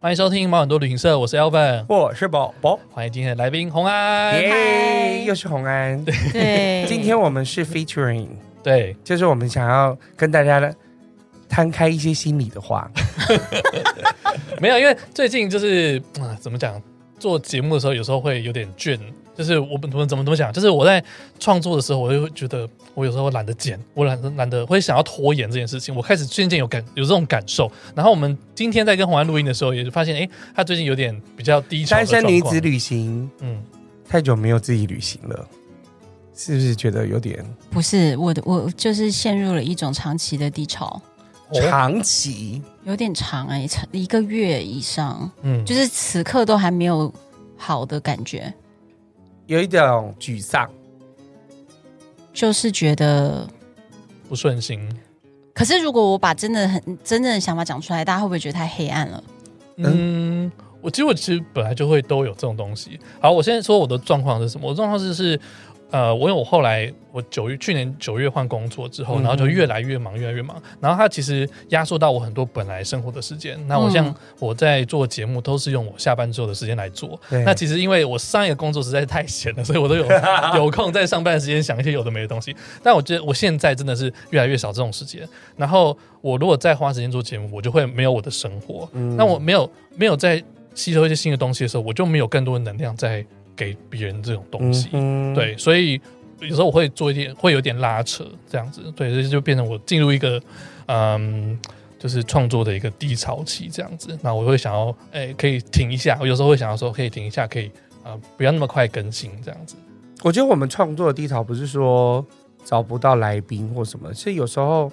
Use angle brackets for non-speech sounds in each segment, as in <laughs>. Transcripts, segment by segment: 欢迎收听毛很多旅行社，我是 Elvin，我是宝宝，欢迎今天的来宾红安。耶、嗨又是红安。对， <laughs> 今天我们是 featuring，对，就是我们想要跟大家摊开一些心里的话。没有，因为最近就是啊、怎么讲，做节目的时候有时候会有点倦，就是我们怎么怎么怎么讲，就是我在创作的时候，我就会觉得我有时候懒得剪，我懒得懒得会想要拖延这件事情，我开始渐渐有感有这种感受。然后我们今天在跟红安录音的时候，也就发现，哎，他最近有点比较低潮的单身状女况子，旅行嗯，太久没有自己旅行了，是不是觉得有点不是我的，我就是陷入了一种长期的低潮，哦长期？有点长哎、长一个月以上，嗯，就是此刻都还没有好的感觉，有一种沮丧，就是觉得。不顺心，可是如果我把真的很真正的想法讲出来，大家会不会觉得太黑暗了？嗯，我其实我其实本来就会都有这种东西。好，我现在说我的状况是什么？我的状况就是，呃，我有后来我九月去年九月换工作之后，嗯然后就越来越忙，越来越忙。然后它其实压缩到我很多本来生活的时间。那我像嗯我在做节目，都是用我下班之后的时间来做。对那其实因为我上一个工作实在是太闲了，所以我都 <laughs> 有有空在上班的时间想一些有的没的东西。但我觉得我现在真的是越来越少这种时间。然后我如果再花时间做节目，我就会没有我的生活。嗯那我没有没有在吸收一些新的东西的时候，我就没有更多的能量在给别人这种东西。嗯哼对，所以有时候我会做一点，会有点拉扯这样子。对，这就变成我进入一个嗯。就是创作的一个低潮期这样子，那我会想要，哎、可以停一下。我有时候会想要说，可以停一下，可以啊、呃不要那么快更新这样子。我觉得我们创作的低潮不是说找不到来宾或什么，是有时候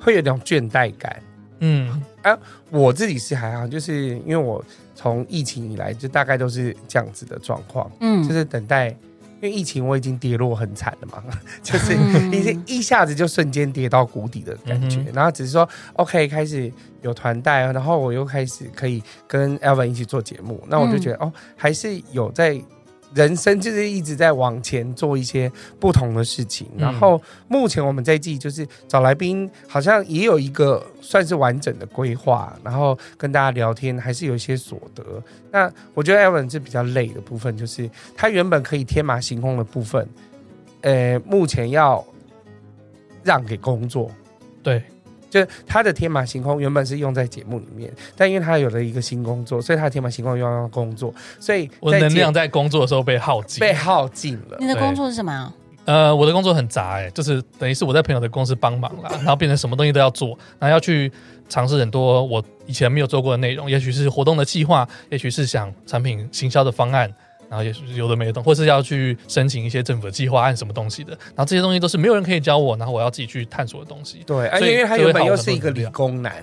会有点倦怠感。嗯，我自己是还好，就是因为我从疫情以来就大概都是这样子的状况，嗯，就是等待，因为疫情我已经跌落很惨了嘛， <laughs> 就是嗯你是一下子就瞬间跌到谷底的感觉，嗯哼然后只是说 OK 开始有团带，然后我又开始可以跟 Elvin 一起做节目，那我就觉得、哦，还是有在人生就是一直在往前做一些不同的事情。嗯然后目前我们这一季就是找来宾，好像也有一个算是完整的规划，然后跟大家聊天，还是有一些所得。那我觉得 Elvin 是比较累的部分，就是他原本可以天马行空的部分，呃，目前要让给工作。对，就是他的天马行空原本是用在节目里面，但因为他有了一个新工作，所以他的天马行空用到工作，所以我在的能节量在工作的时候被耗尽，被耗尽了你。的工作是什么啊？呃，我的工作很杂哎、就是等于是我在朋友的公司帮忙啦，然后变成什么东西都要做，然后要去尝试很多我以前没有做过的内容，也许是活动的计划，也许是想产品行销的方案，然后也许是有的没的东，或是要去申请一些政府的计划案什么东西的，然后这些东西都是没有人可以教我，然后我要自己去探索的东西。对，而所以且因为他就会原本耗又很是多一个能理量工男，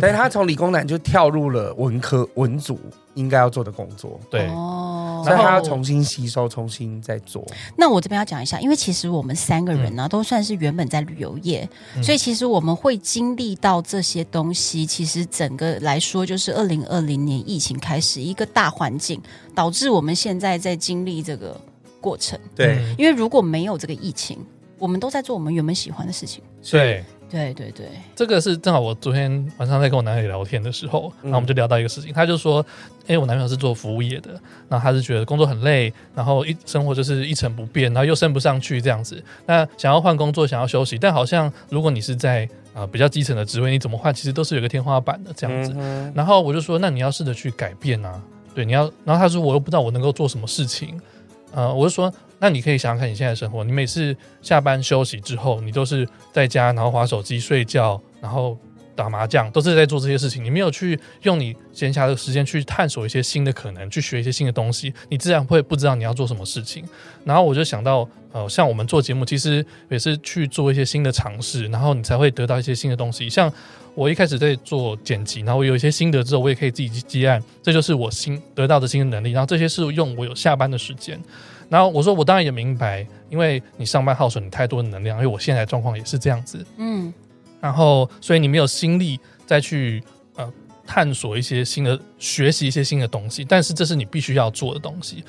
但是他从理工男就跳入了文科文组应该要做的工作，对，哦所以他要重新吸收，重新再做。那我这边要讲一下，因为其实我们三个人呢、都算是原本在旅游业，嗯所以其实我们会经历到这些东西。其实整个来说，就是二零二零年疫情开始一个大环境，导致我们现在在经历这个过程。嗯因为如果没有这个疫情，我们都在做我们原本喜欢的事情。对，对对对，这个是正好我昨天晚上在跟我男友聊天的时候，嗯然后我们就聊到一个事情，他就说，哎、我男朋友是做服务业的，然后他是觉得工作很累，然后一生活就是一成不变，然后又升不上去这样子，那想要换工作，想要休息，但好像如果你是在啊、呃比较基层的职位，你怎么换，其实都是有一个天花板的这样子。嗯哼然后我就说，那你要试着去改变啊，对，你要。然后他说，我又不知道我能够做什么事情，呃，我就说，那你可以想想看你现在的生活，你每次下班休息之后，你都是在家，然后划手机、睡觉，然后打麻将，都是在做这些事情，你没有去用你闲暇的时间去探索一些新的可能，去学一些新的东西，你自然会不知道你要做什么事情。然后我就想到，呃，像我们做节目，其实也是去做一些新的尝试，然后你才会得到一些新的东西。像我一开始在做剪辑，然后我有一些心得之后，我也可以自己去接案，这就是我新得到的新的能力。然后这些是用我有下班的时间。然后我说，我当然也明白，因为你上班耗损你太多的能量，因为我现在的状况也是这样子。嗯，然后所以你没有心力再去呃探索一些新的、学习一些新的东西，但是这是你必须要做的东西。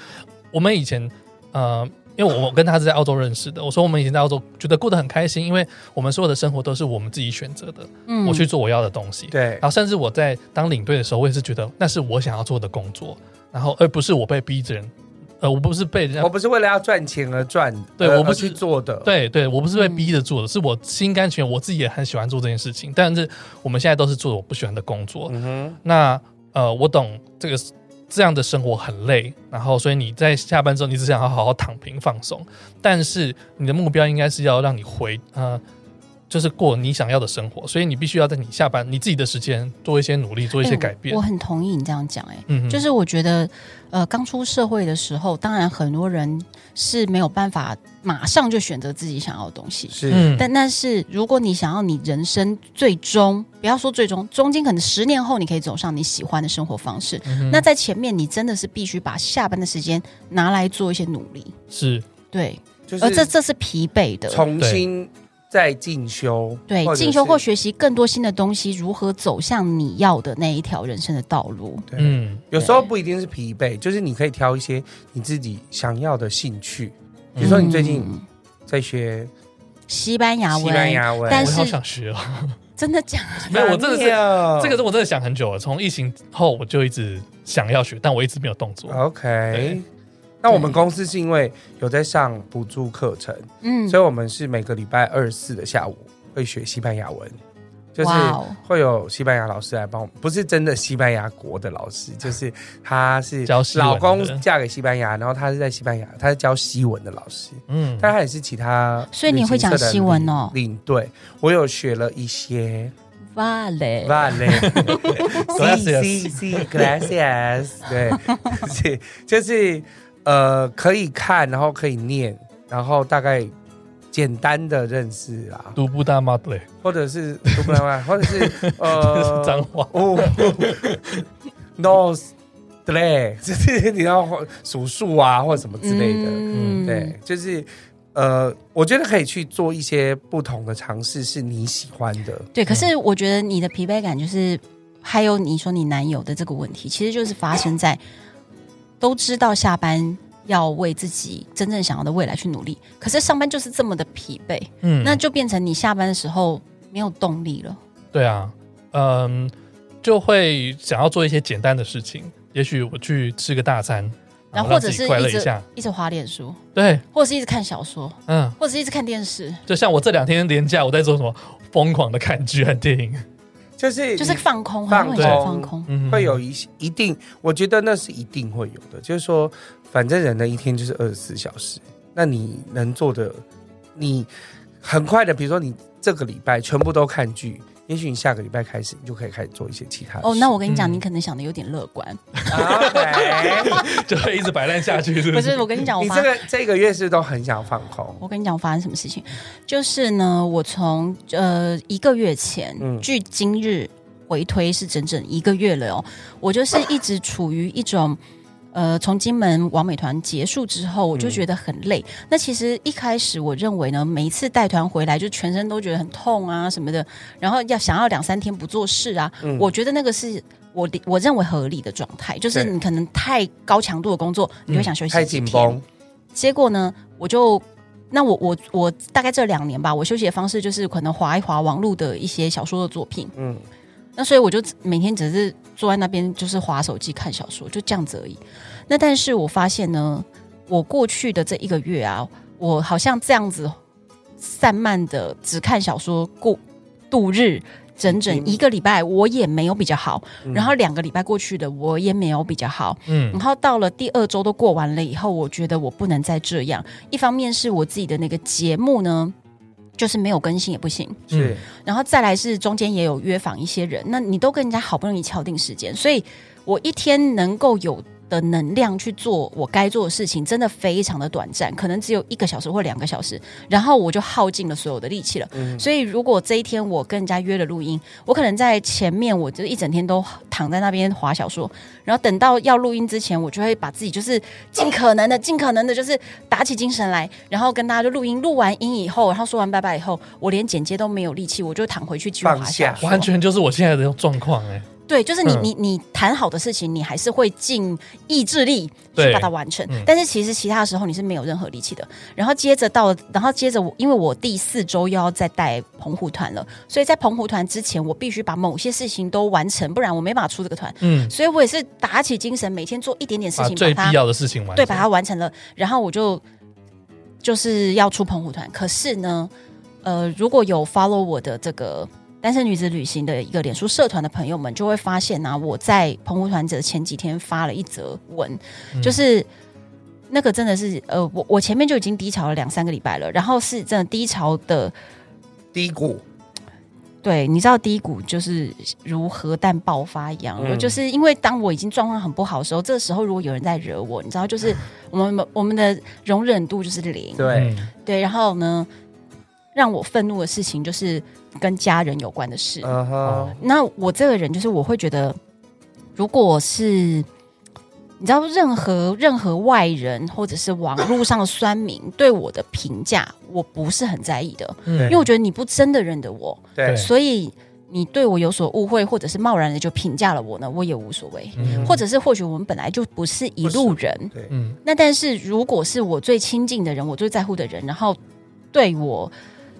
我们以前呃因为我我跟他是在澳洲认识的，我说我们以前在澳洲觉得过得很开心，因为我们所有的生活都是我们自己选择的，嗯我去做我要的东西。对然，后甚至我在当领队的时候，我也是觉得那是我想要做的工作，然后而不是我被逼着人，呃，我不是被人家我不是为了要赚钱而赚，对而我不而是去做的，，对对，我不是被逼着嗯做的，是我心甘情愿，我自己也很喜欢做这件事情。但是我们现在都是做我不喜欢的工作。嗯哼，那呃，我懂这个这样的生活很累，然后所以你在下班之后，你只想要好好躺平放松。但是你的目标应该是要让你回呃，就是过你想要的生活，所以你必须要在你下班你自己的时间做一些努力，做一些哎改变我。我很同意你这样讲、哎、嗯哼，就是我觉得，呃，刚出社会的时候，当然很多人是没有办法马上就选择自己想要的东西。嗯是，但但是，如果你想要你人生最终，不要说最终，中间可能十年后你可以走上你喜欢的生活方式。嗯哼那在前面，你真的是必须把下班的时间拿来做一些努力。是对，就而哦是这这是疲惫的。重新再进修，对或，者进修是或学习更多新的东西，如何走向你要的那一条人生的道路。对嗯有时候不一定是疲惫，就是你可以挑一些你自己想要的兴趣，比如说你最近嗯在学西班牙文，西班牙文，哎但我是好想 <laughs> 学哦。真的假没有，我真的是是这个是我真的想很久了，从疫情后我就一直想要学，但我一直没有动作。 OK 对。那我们公司是因为有在上补助课程，嗯所以我们是每个礼拜二四的下午会学西班牙文，就是哇哦会有西班牙老师来帮我们，不是真的西班牙国的老 <laughs> 师，就是他是教西文的老公嫁给西班牙，然后他是在西班牙，他是教西文的老师，嗯，但他也是其他，所以你会讲西文哦领队，我有学了一些 vale， Gracias ，vale，c c c gracias，对， <laughs> 是就是呃，可以看，然后可以念，然后大概简单的认识啦，独步大妈对，或者是读不来，或者是 <laughs> 呃，脏话哦，no delay，就是 <laughs> 你要数数啊，或者什么之类的，嗯对，，就是。呃，我觉得可以去做一些不同的尝试，是你喜欢的。对。可是我觉得你的疲惫感就是，还有你说你男友的这个问题，其实就是发生在都知道下班要为自己真正想要的未来去努力，可是上班就是这么的疲惫，嗯，那就变成你下班的时候没有动力了。对啊，嗯，就会想要做一些简单的事情，也许我去吃个大餐，然让后或者自己是快乐一直一下，一直滑脸书，对，或者是一直看小说，嗯，或者是一直看电视，就像我这两天连假我在做什么疯狂的看剧和电影，就是就是你放空，放很想空放空。嗯，会有一些一定，我觉得那是一定会有的。就是说，反正人的一天就是二十四小时，那你能做的，你很快的，比如说你这个礼拜全部都看剧，也许你下个礼拜开始，你就可以开始做一些其他的事。哦，那我跟你嗯讲，你可能想的有点乐观。 OK， <laughs> 就会一直摆烂下去，是不是是，？我跟你讲，<laughs> 我你发这个这个月是不是都很想放空，我跟你讲，发生什么事情？就是呢，我从呃一个月前，嗯距今日回推是整整一个月了哦。我就是一直处于一种。呃，从金门往美团结束之后，我就嗯觉得很累。那其实一开始我认为呢，每一次带团回来就全身都觉得很痛啊什么的，然后要想要两三天不做事啊，嗯我觉得那个是我理我认为合理的状态，就是对嗯你可能太高强度的工作，你会想休息太几紧天。绷，结果呢，我就那我我我大概这两年吧，我休息的方式就是可能划一划网络的一些小说的作品，嗯，那所以我就每天只是坐在那边就是划手机看小说，就这样子而已。那但是我发现呢，我过去的这一个月啊，我好像这样子散漫的只看小说过度日。整整一个礼拜，我也没有比较好，嗯然后两个礼拜过去的，我也没有比较好，嗯然后到了第二周都过完了以后，我觉得我不能再这样。一方面是我自己的那个节目呢，就是没有更新也不行，是然后再来是中间也有约访一些人，那你都跟人家好不容易敲定时间，所以我一天能够有。的能量去做我该做的事情，真的非常的短暂，可能只有一个小时或两个小时，然后我就耗尽了所有的力气了。嗯所以如果这一天我跟人家约了录音，我可能在前面我就一整天都躺在那边划小说，然后等到要录音之前，我就会把自己就是尽可能的、尽可能的，就是打起精神来，然后跟大家就录音。录完音以后，然后说完拜拜以后，我连剪接都没有力气，我就躺回去继续放划下小说。完全就是我现在的状况哎，对，就是你、嗯你你谈好的事情，你还是会尽意志力去对把它完成。嗯但是其实其他时候你是没有任何力气的。然后接着到了，然后接着我，因为我第四周又要再带澎湖团了，所以在澎湖团之前，我必须把某些事情都完成，不然我没办法出这个团。嗯，所以我也是打起精神，每天做一点点事把情，啊最把它必要的事情完成，对，把它完成了，然后我就就是要出澎湖团。可是呢，呃，如果有 follow 我的这个单身女子旅行的一个脸书社团的朋友们，就会发现呢、啊我在澎湖团的前几天发了一则文，嗯就是。那个真的是，呃，我我前面就已经低潮了两三个礼拜了，然后是真的低潮的，低谷，对，你知道低谷就是如核弹爆发一样，嗯我就是因为当我已经状况很不好的时候，这时候如果有人在惹我，你知道，就是我们我们的容忍度就是零，对，嗯对，然后呢，让我愤怒的事情就是跟家人有关的事。嗯哼哦，那我这个人就是我会觉得，如果是你知道任何任何外人或者是网络上的酸民对我的评价，我不是很在意的，嗯因为我觉得你不真的认得我，对对所以你对我有所误会，或者是贸然的就评价了我呢，我也无所谓。嗯或者是或许我们本来就不是一路人，对，嗯那但是如果是我最亲近的人，我最在乎的人，然后对我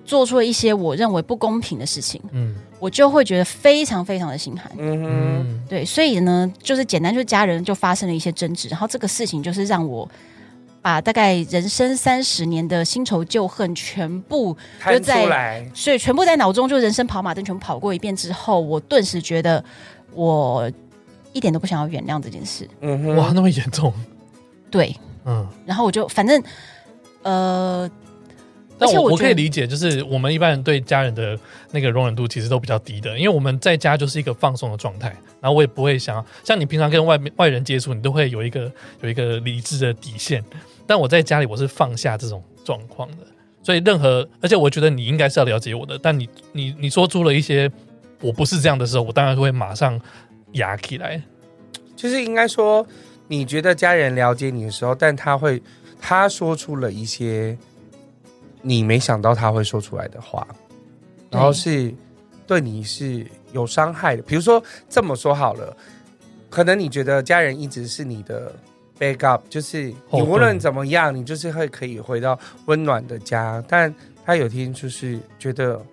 做出了一些我认为不公平的事情，嗯我就会觉得非常非常的心寒。嗯哼，嗯对，所以呢，就是简单，就是家人就发生了一些争执，然后这个事情就是让我把大概人生三十年的新仇旧恨全部摊就出在来，所以全部在脑中就人生跑马灯全部跑过一遍之后，我顿时觉得我一点都不想要原谅这件事。嗯嗯，哼，哇，那么严重，对，嗯。然后我就反正呃，但而且我我我觉得可以理解，就是我们一般人对家人的那个容忍度其实都比较低的，因为我们在家就是一个放松的状态，然后我也不会想要像你平常跟外面外人接触，你都会有一个有一个理智的底线，但我在家里我是放下这种状况的，所以任何，而且我觉得你应该是要了解我的，但你你你说出了一些我不是这样的时候，我当然会马上压起来，就是应该说，你觉得家人了解你的时候，但他会，他说出了一些你没想到他会说出来的话，对然后是对你是有伤害的。比如说这么说好了，可能你觉得家人一直是你的 backup，就是后你盾无论怎么样，你就是会可以回到温暖的家，但他有天就是觉得，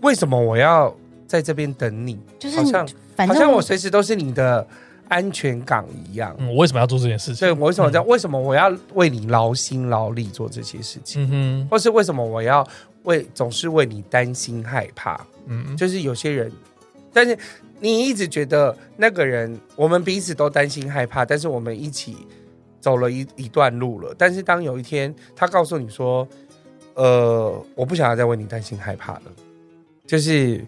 为什么我要在这边等你？就是好像反好正像我随时都是你的安全港一样。嗯，我为什么要做这件事所以情？我为什么这样？为什么我要为你劳心劳力做这些事情？嗯或是为什么我要为总是为你担心害怕？哼，嗯，就是有些人，但是你一直觉得那个人，我们彼此都担心害怕，但是我们一起走了一一段路了。但是当有一天他告诉你说，呃，我不想要再为你担心害怕了，就是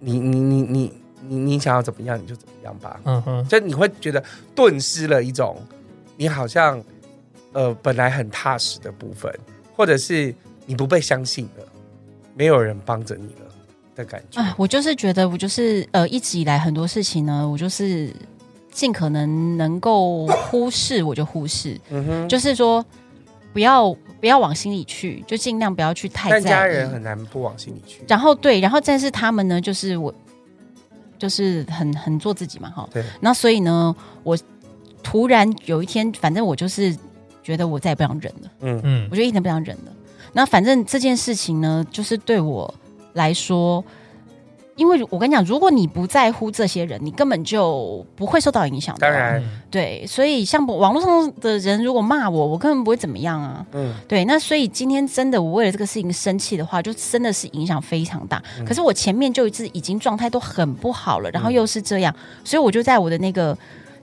你你你你你你想要怎么样你就怎么样吧。嗯哼，就你会觉得顿失了一种，你好像呃本来很踏实的部分，或者是你不被相信了，没有人帮着你了的感觉。啊，我就是觉得我就是呃，一直以来很多事情呢，我就是尽可能能够忽视，我就忽视，嗯哼，就是说不要不要往心里去，就尽量不要去太但家在意人。很难不往心里去。然后对，然后但是他们呢，就是我，就是很很做自己嘛，哈。对。那所以呢，我突然有一天，反正我就是觉得我再也不想忍了，嗯，嗯我就一点不想忍了。那反正这件事情呢，就是对我来说，因为我跟你讲，如果你不在乎这些人，你根本就不会受到影响的啊。当然嗯对，所以像网络上的人如果骂我，我根本不会怎么样啊。嗯，对，那所以今天真的我为了这个事情生气的话，就真的是影响非常大。嗯可是我前面就一直已经状态都很不好了，然后又是这样，所以我就在我的那个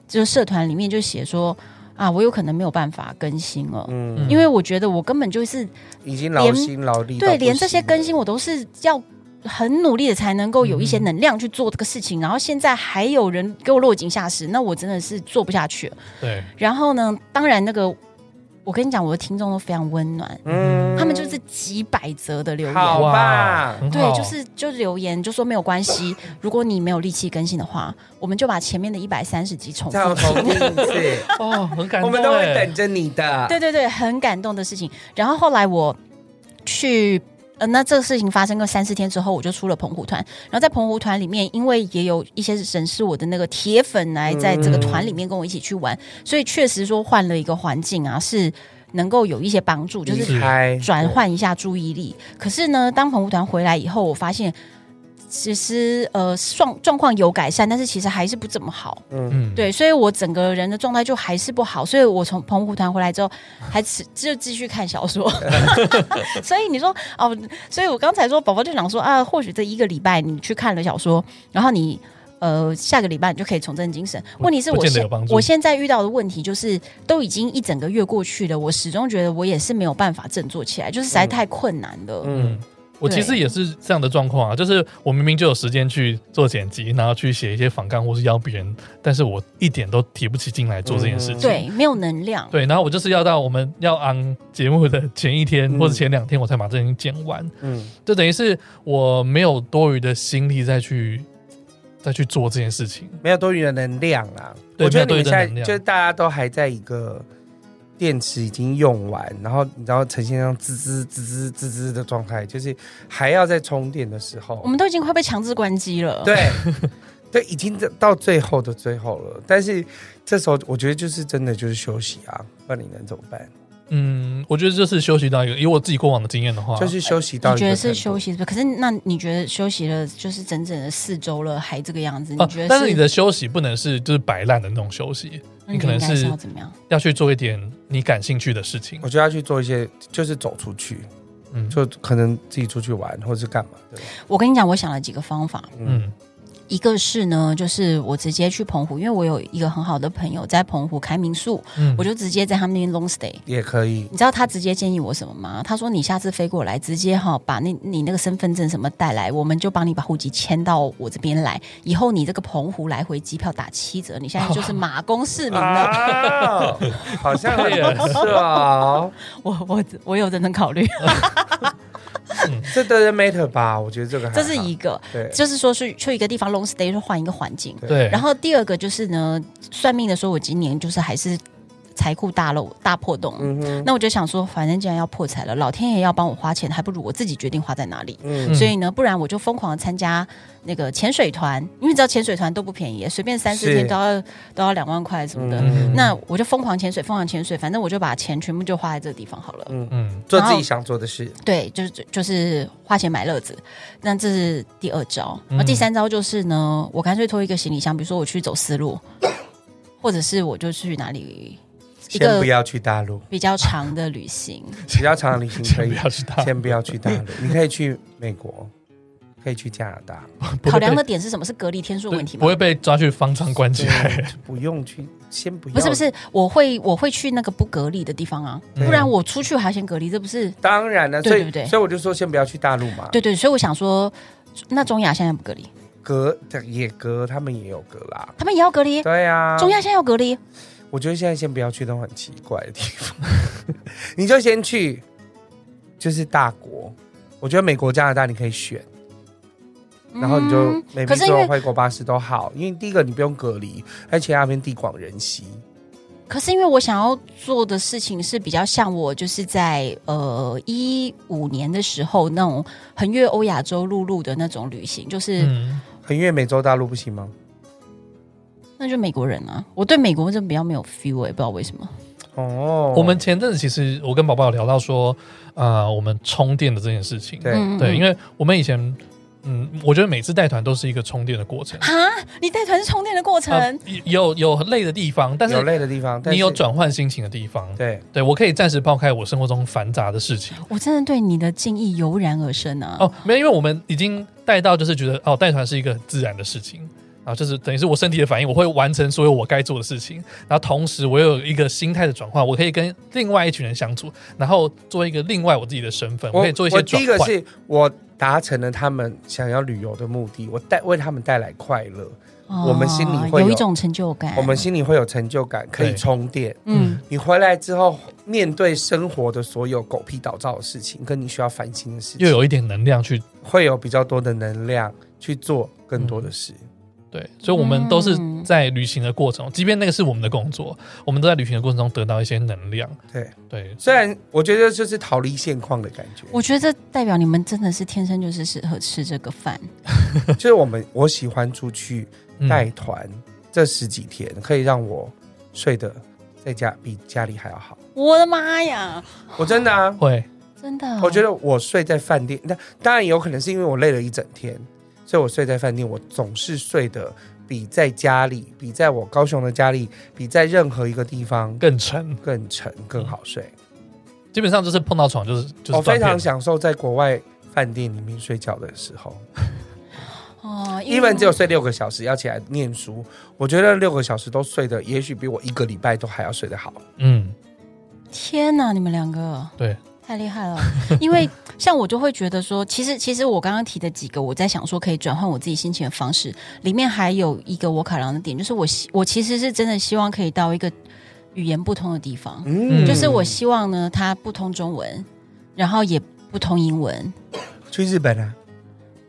就是社团里面就写说啊，我有可能没有办法更新了。嗯，因为我觉得我根本就是已经劳心劳力到不对，行连这些更新了，我都是要很努力的才能够有一些嗯能量去做这个事情，然后现在还有人给我落井下石，那我真的是做不下去了。对，然后呢，当然那个我跟你讲，我的听众都非常温暖，嗯他们就是几百则的留好言。吧很对好，就是就留言就说没有关系，如果你没有力气更新的话，我们就把前面的一百三十集重再复重听。复一次，哦，很 <laughs> 感动，我们都会等着你的。对对对，很感动的事情。然后后来我去呃，那这个事情发生个三四天之后，我就出了澎湖团。然后在澎湖团里面，因为也有一些人是我的那个铁粉来在这个团里面跟我一起去玩，所以确实说换了一个环境啊，是能够有一些帮助，就是离开转换一下注意力。可是呢，当澎湖团回来以后，我发现其实呃状状况有改善，但是其实还是不怎么好。嗯，嗯，对，所以我整个人的状态就还是不好，所以我从澎湖团回来之后，还只就继续看 <laughs> 小说。 <laughs> 所以你说哦，所以我刚才说宝宝就想说啊，或许这一个礼拜你去看了小说，然后你呃下个礼拜你就可以重振精神。不问题是不我见得现有帮助我现在遇到的问题就是，都已经一整个月过去了，我始终觉得我也是没有办法振作起来，就是实在太困难了。嗯，我其实对也是这样的状况啊，就是我明明就有时间去做剪辑，然后去写一些访纲或是邀别人，但是我一点都提不起劲来做这件事嗯情。对，没有能量。对，然后我就是要到我们要昂节目的前一天嗯或者前两天，我才把这件事情剪完，嗯就等于是我没有多余的心力再去再去做这件事情。没有多余的能量啦。对我觉得没你有多余们的现在能量就是大家都还在一个电池已经用完，然后你知道呈现上滋滋滋滋滋滋的状态，就是还要在充电的时候我，们都已经快被强制关机了。对 <laughs> 对，已经到最后的最后了。但是这时候我觉得就是真的就是休息啊，不然你能怎么办？嗯，我觉得就是休息到一个，以我自己过往的经验的话，就是休息到你一觉个得程是度休息是不是？可是那你觉得休息了就是整整的四周了，还这个样子？啊你觉得、，但是你的休息不能是就是摆烂的那种休息，那你可能应该是要怎么样？要去做一点你感兴趣的事情。哦我就要去做一些，就是走出去，嗯，就可能自己出去玩，或者是干嘛的。我跟你讲，我想了几个方法。嗯一个是呢，就是我直接去澎湖，因为我有一个很好的朋友在澎湖开民宿，嗯我就直接在他们那边 long stay。也可以，你知道他直接建议我什么吗？他说：“你下次飞过来，直接哈把那你那个身份证什么带来，我们就帮你把户籍迁到我这边来。以后你这个澎湖来回机票打七折，你现在哦就是马公市民了。啊，好像也是哦，我我我有认真考虑。 <laughs> 这 doesn't matter 吧？我觉得这个还好这是一个，对就是说是去一个地方 long stay 就换一个环境。对，然后第二个就是呢，算命的说我今年就是还是财库大漏大破洞。嗯哼，那我就想说，反正既然要破财了，老天爷要帮我花钱，还不如我自己决定花在哪里。嗯嗯所以呢，不然我就疯狂的参加那个潜水团，因为你知道潜水团都不便宜，随便三四是天都要都要两万块什么的。嗯那我就疯狂潜水，疯狂潜水，反正我就把钱全部就花在这个地方好了。嗯做自己想做的事，对，就是就是花钱买乐子，那这是第二招。嗯然后第三招就是呢，我干脆拖一个行李箱，比如说我去走丝路，或者是我就去哪里一先个不要去大陆，比较长的旅行。 <laughs> 比较长的旅行嗯可先不以，要去打，先不要去大陆，你可以去美国，可以去加拿大，不会考量被的点是什么？是隔离天数问题不吗会？被抓去方舱关起来。对不用去，先不要，不是不，是，我会我会去那个不隔离的地方啊，嗯不然我出去还先隔离，这不是？当然了，对所以对对所以我就说先不要去大陆嘛，对对，所以我想说，那中亚现在不隔离，隔也隔，他们也有隔啦，他们也要隔离，对啊，中亚现在要隔离，我觉得现在先不要去那种很奇怪的地方， <laughs> 你就先去就是大国。我觉得美国、加拿大你可以选，然后你就嗯每可次是因为坐外国巴士都好，因为第一个你不用隔离，而且那边地广人稀。可是因为我想要做的事情是比较像我就是在呃一五年的时候那种横越欧亚洲陆路的那种旅行，就是、嗯，横越美洲大陆不行吗？那就美国人啊，我对美国这比较没有 feel，也、不知欸道为什么。哦，我们前阵子其实我跟宝宝有聊到说，啊，我们充电的这件事情，对对，因为为我们以前，嗯，我觉得每次带团都是一个充电的过程， <laughs> 哈，你带团是充电的过程，啊呃有有累的地方，但有是累的地方，但你是有转换心情的地方。对，对，我可以暂时抛开我生活中繁杂的事情我真的对你的敬意油然而生啊！哦，没有，因为我们已经带到就是觉得哦，带团是一个很自然的事情，啊，就是等于是我身体的反应，我会完成所有我该做的事情，然后同时我又有一个心态的转换，我可以跟另外一群人相处，然后做一个另外我自己的身份，我可以做一些我转第一个换。是我达成了他们想要旅游的目的，我带为他们带来快乐，我们心里会啊有有一种成就感，我们心里会有成就感，可以嗯对充电。嗯你回来之后，面对生活的所有狗屁倒灶的事情，跟你需要烦心的事情，又有一点能量去会有比较多的能量去做更多的事。对，所以我们都是嗯在旅行的过程，即便那个是我们的工作，我们都在旅行的过程中得到一些能量。对，对，虽然我觉得就是逃离现况的感觉，我觉得这代表你们真的是天生就是适合吃这个饭。就是我们我喜欢出去嗯带团这十几天，可以让我睡得在家比家里还要好。我的妈呀，我真的啊，会真的，哦我觉得我睡在饭店，那当然有可能是因为我累了一整天，所以我睡在饭店，我总是睡得比在家里，比在我高雄的家里，比在任何一个地方更沉，更沉、更好睡。基本上就是碰到床就是嗯就是我哦非常断片享受在国外饭店里面睡觉的时候哦，因为，even 只有睡六个小时，要起来念书，我觉得六个小时都睡得，也许比我一个礼拜都还要睡得好。嗯，天哪，你们两个对，太厉害了！ <laughs> 因为像我就会觉得说，其实其实我刚刚提的几个，我在想说可以转换我自己心情的方式，里面还有一个我考量的点，就是我希我其实是真的希望可以到一个语言不通的地方，嗯就是我希望呢，它不通中文，然后也不通英文，去日本啊，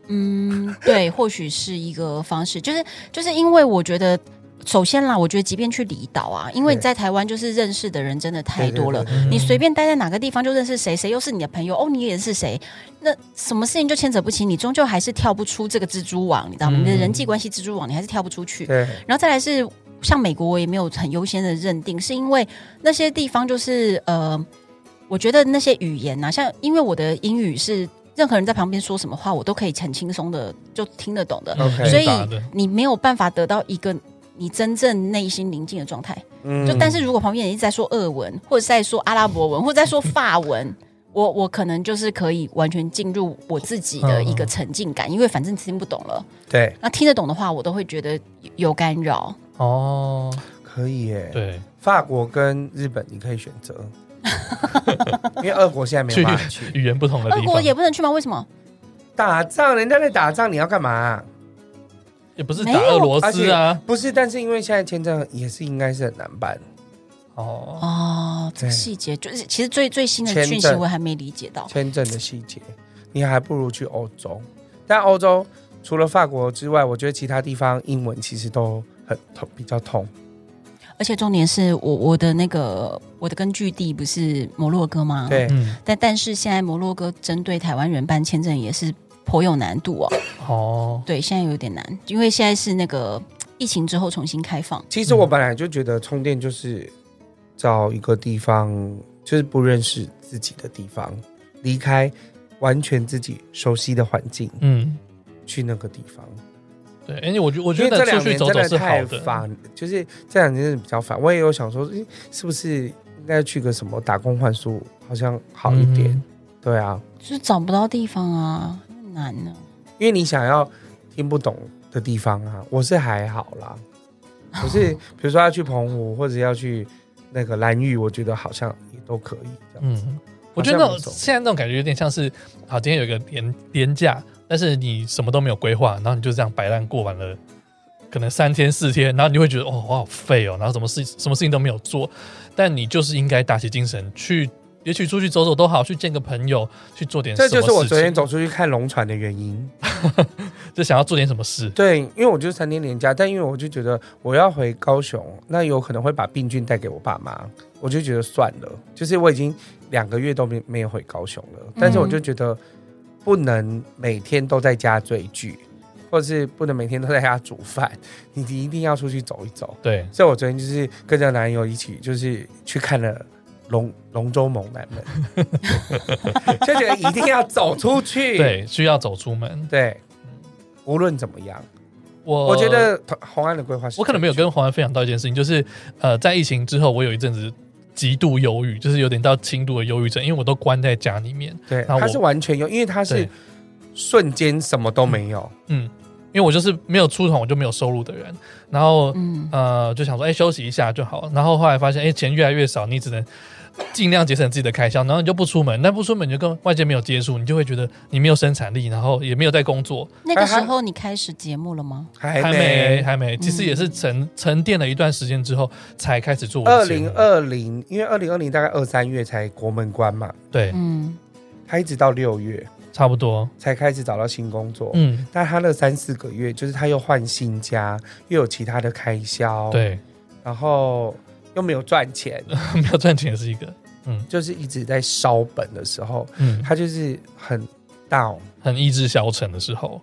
嗯，对，或许是一个方式，就是就是因为我觉得，首先啦，我觉得即便去离岛啊，因为你对在台湾就是认识的人真的太对对多了，对嗯对你随便待在哪个地方就认识谁，谁又是你的朋友，哦，你也是谁，那什么事情就牵扯不清，你终究还是跳不出这个蜘蛛网，你知道吗？嗯你的人际关系蜘蛛网，你还是跳不出去。对，然后再来是像美国，我也没有很优先的认定，是因为那些地方就是呃，我觉得那些语言呐、像因为我的英语是任何人在旁边说什么话，我都可以很轻松的就听得懂的，嗯 OK 所以打的你没有办法得到一个。你真正内心宁静的状态，嗯就但是如果旁边人一直在说俄文，或者是在说阿拉伯文，或者在说法文，我我可能就是可以完全进入我自己的一个嗯沉浸感，因为反正听不懂了。对，那听得懂的话，我都会觉得有有干扰。哦，可以耶。对，法国跟日本你可以选择，因为俄国现在没有办法去语言不同的俄地国方也不能去吗？为什么？打仗，人家在打仗，你要干嘛、也不是没打有俄罗斯啊，不是，但是因为现在签证也是应该是很难办，哦，哦，这对个细节就是其实最最新的签讯息证我还没理解到。签证的细节，你还不如去欧洲。但欧洲除了法国之外，我觉得其他地方英文其实都很通，比较通。而且重点是我我的那个我的根据地不是摩洛哥吗？。对，嗯，但但是现在摩洛哥针对台湾人办签证也是颇有难度哦。哦，对，现在有点难，因为现在是那个疫情之后重新开放。其实我本来就觉得充电就是找一个地方，就是不认识自己的地方，离开完全自己熟悉的环境，嗯，去那个地方。对，而且我觉我因觉为这得出两去年走真走的是好太的，烦，就是这两年真的比较烦。我也有想说，诶是不是应该去个什么打工换宿，好像好一点。嗯对啊，就是找不到地方啊，很难呢、因为你想要听不懂的地方啊，我是还 <laughs> 好啦。我是比如说要去澎湖，或者要去那个蓝屿，我觉得好像也都可以这样子。嗯，我觉得那好像种不错现在那种感觉有点像是，好，今天有一个年年假，但是你什么都没有规划，然后你就这样摆烂过完了，可能三天四天，然后你会觉得哦，我好废哦，然后什么事什么事情都没有做，但你就是应该打起精神去，也许出去走走都好，去见个朋友，去做嗯点什这么事情，就是我昨天走出去看龙船的原因。就想要做点什么事，对，因为我就三天连假，但因为我就觉得我要回高雄，那有可能会把病菌带给我爸妈，我就觉得算了，就是我已经两个月都没没有回高雄了，但是我就觉得不能每天都在家追剧，或者是不能每天都在家煮饭，你一定要出去走一走。对，所以我昨天就是跟着男友一起，就是去看了龙龙舟猛男们， <laughs> 就觉得一定要走出去。对，需要走出门。对，无论怎么样。我我觉得红安的规划哦是，我可能没有跟跟黄安分享到一件事情，就是呃，在疫情之后，我有一阵子极度忧郁，就是有点到轻度的忧郁症，因为我都关在家里面。对，那我他是完全有，因为他是对，瞬间什么都没有，嗯，因为我就是没有出团，我就没有收入的人，然后嗯，呃，就想说，哎、休息一下就好。然后后来发现，哎、钱越来越少，你只能尽量节省自己的开销，然后你就不出门。那不出门，你就跟外界没有接触，你就会觉得你没有生产力，然后也没有在工作，那个时候你开始节目了吗？还还没没。嗯还没。其实也是沉、沉淀了一段时间之后，才开始做我的二节目零二零，因为二零二零大概二三月才国门关嘛，对，嗯，他一直到六月，差不多，才开始找到新工作。嗯，但他那三四个月，就是他又换新家，又有其他的开销，，对，然后又没有赚 <laughs> 钱，没有赚钱也是一个，嗯就是一直在烧本的时候，嗯，他就是很 down。很意志消沉的时候，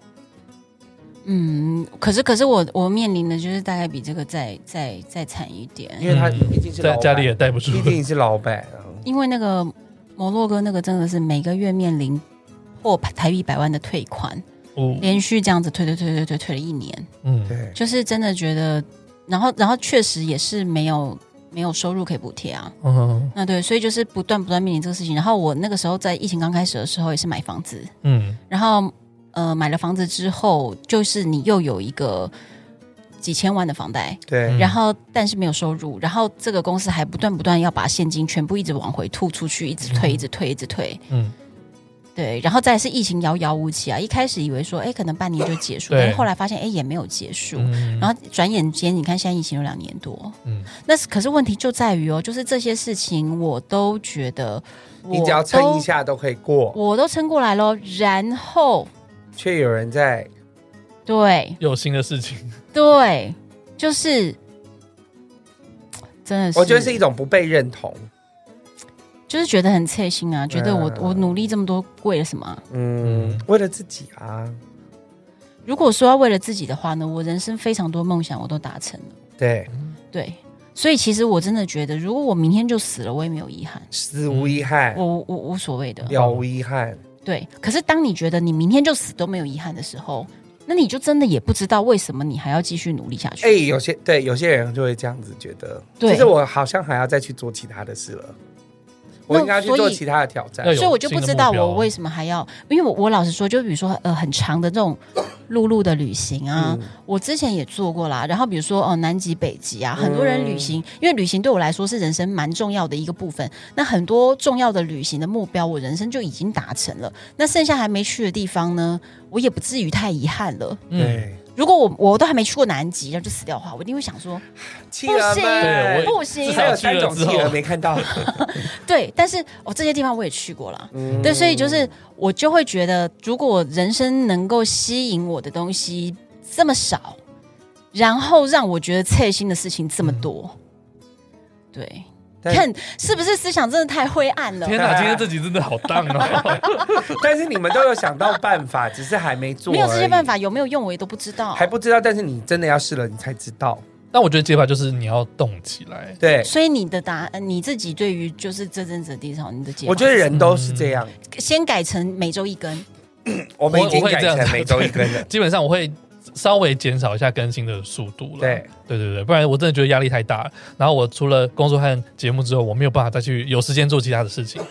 嗯，可是可是我我面临的就是大概比这个再再再惨一点，因为他嗯毕竟是老在板，家里也待不住，毕竟是老板 <laughs> 啊，因为那个摩洛哥那个真的是每个月面临破台币百万的退款，哦连续这样子退退退退退退了一年，嗯，对，就是真的觉得，然后然后确实也是没有没有收入可以补贴啊，嗯那对，所以就是不断不断面临这个事情。然后我那个时候在疫情刚开始的时候也是买房子，嗯然后呃买了房子之后，就是你又有一个几千万的房贷，嗯对，然后但是没有收入，然后这个公司还不断不断要把现金全部一直往回吐出去，一直退，嗯一直退，一直退。嗯，对，然后再来是疫情遥遥无期啊！一开始以为说，哎，可能半年就结束，对但是后来发现，哎，也没有结束。嗯然后转眼间，你看现在疫情有两年多，嗯那是可是问题就在于哦，就是这些事情我都觉得我你只要撑一，下都可以过，我都撑过来咯。然后却有人在对有新的事情，对，就是真的是，我觉得是一种不被认同。就是觉得很刺心啊，觉得我、嗯我努力这么多为了什么啊、嗯嗯，为了自己啊，如果说要为了自己的话呢，我人生非常多梦想我都达成了，对，对，所以其实我真的觉得，如果我明天就死了，我也没有遗憾，死无遗憾，我我无所谓的，了无遗憾，对。可是当你觉得你明天就死都没有遗憾的时候，那你就真的也不知道为什么你还要继续努力下去。哎、有些对有些人就会这样子觉得，对其实我好像还要再去做其他的事了，我应该要去所以做其他的挑战要。有所以我就不知道哎新的目标我为什么还要，因为我我老实说，就比如说呃很长的这种陆路的旅行啊，嗯我之前也做过啦。然后比如说哦、呃南极、北极啊，很多人旅行，嗯因为旅行对我来说是人生蛮重要的一个部分。那很多重要的旅行的目标，我人生就已经达成了。那剩下还没去的地方呢，我也不至于太遗憾了。嗯，对，如果我我都还没去过南极，然后就死掉的话，我一定会想说企不鹅行对们，不行至还少有三种去了之后企鹅没看 <laughs> 到，对。但是哦，这些地方我也去过了。嗯对，所以就是我就会觉得，如果人生能够吸引我的东西这么少，然后让我觉得刺心的事情这么多，对，嗯但看是不是思想真的太灰暗了？天哪，今天这集真的好荡哦， <laughs> 但是你们都有想到办法，只是还没做，没有这些办，法有没有用，我也都不知道。还不知道。但是你真的要试了，你才知道。但我觉得解法就是你要动起来，对，所以你的答，呃你自己对于就是这阵子的低潮，你的解法是，我觉得人都是这样，先改成每周一根，我们已经我我会改这样成子每周一根了。基本上我会稍微减少一下更新的速度了。 <laughs> 对，对对对，不然我真的觉得压力太大了。然后我除了工作和节目之后，我没有办法再去有时间做其他的事情，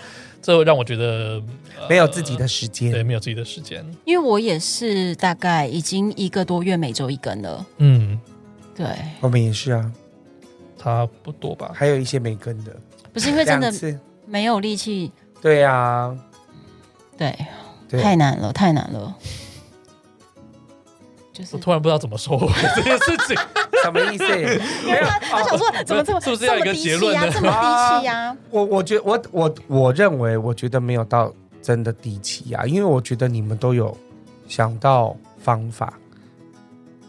这会让我觉得、呃没有自己的时对，间，没有自己的时间。因为我也是大概已经一个多月每周一根了，嗯，对，我们也是啊，差不多吧。还有一些没跟的，不是因为真的两次没有力气，对啊，对。对，太难了，太难了。就是我突然不知道怎么收尾这件事 <laughs> 情。什么 <laughs> 意思？没有，他想说 <laughs> 怎么这么是不是这要有么一个低结气论啊压，呢这么低气 <laughs> 啊压？我我觉我我我认为，我觉得没有到真的低气压，因为我觉得你们都有想到方法。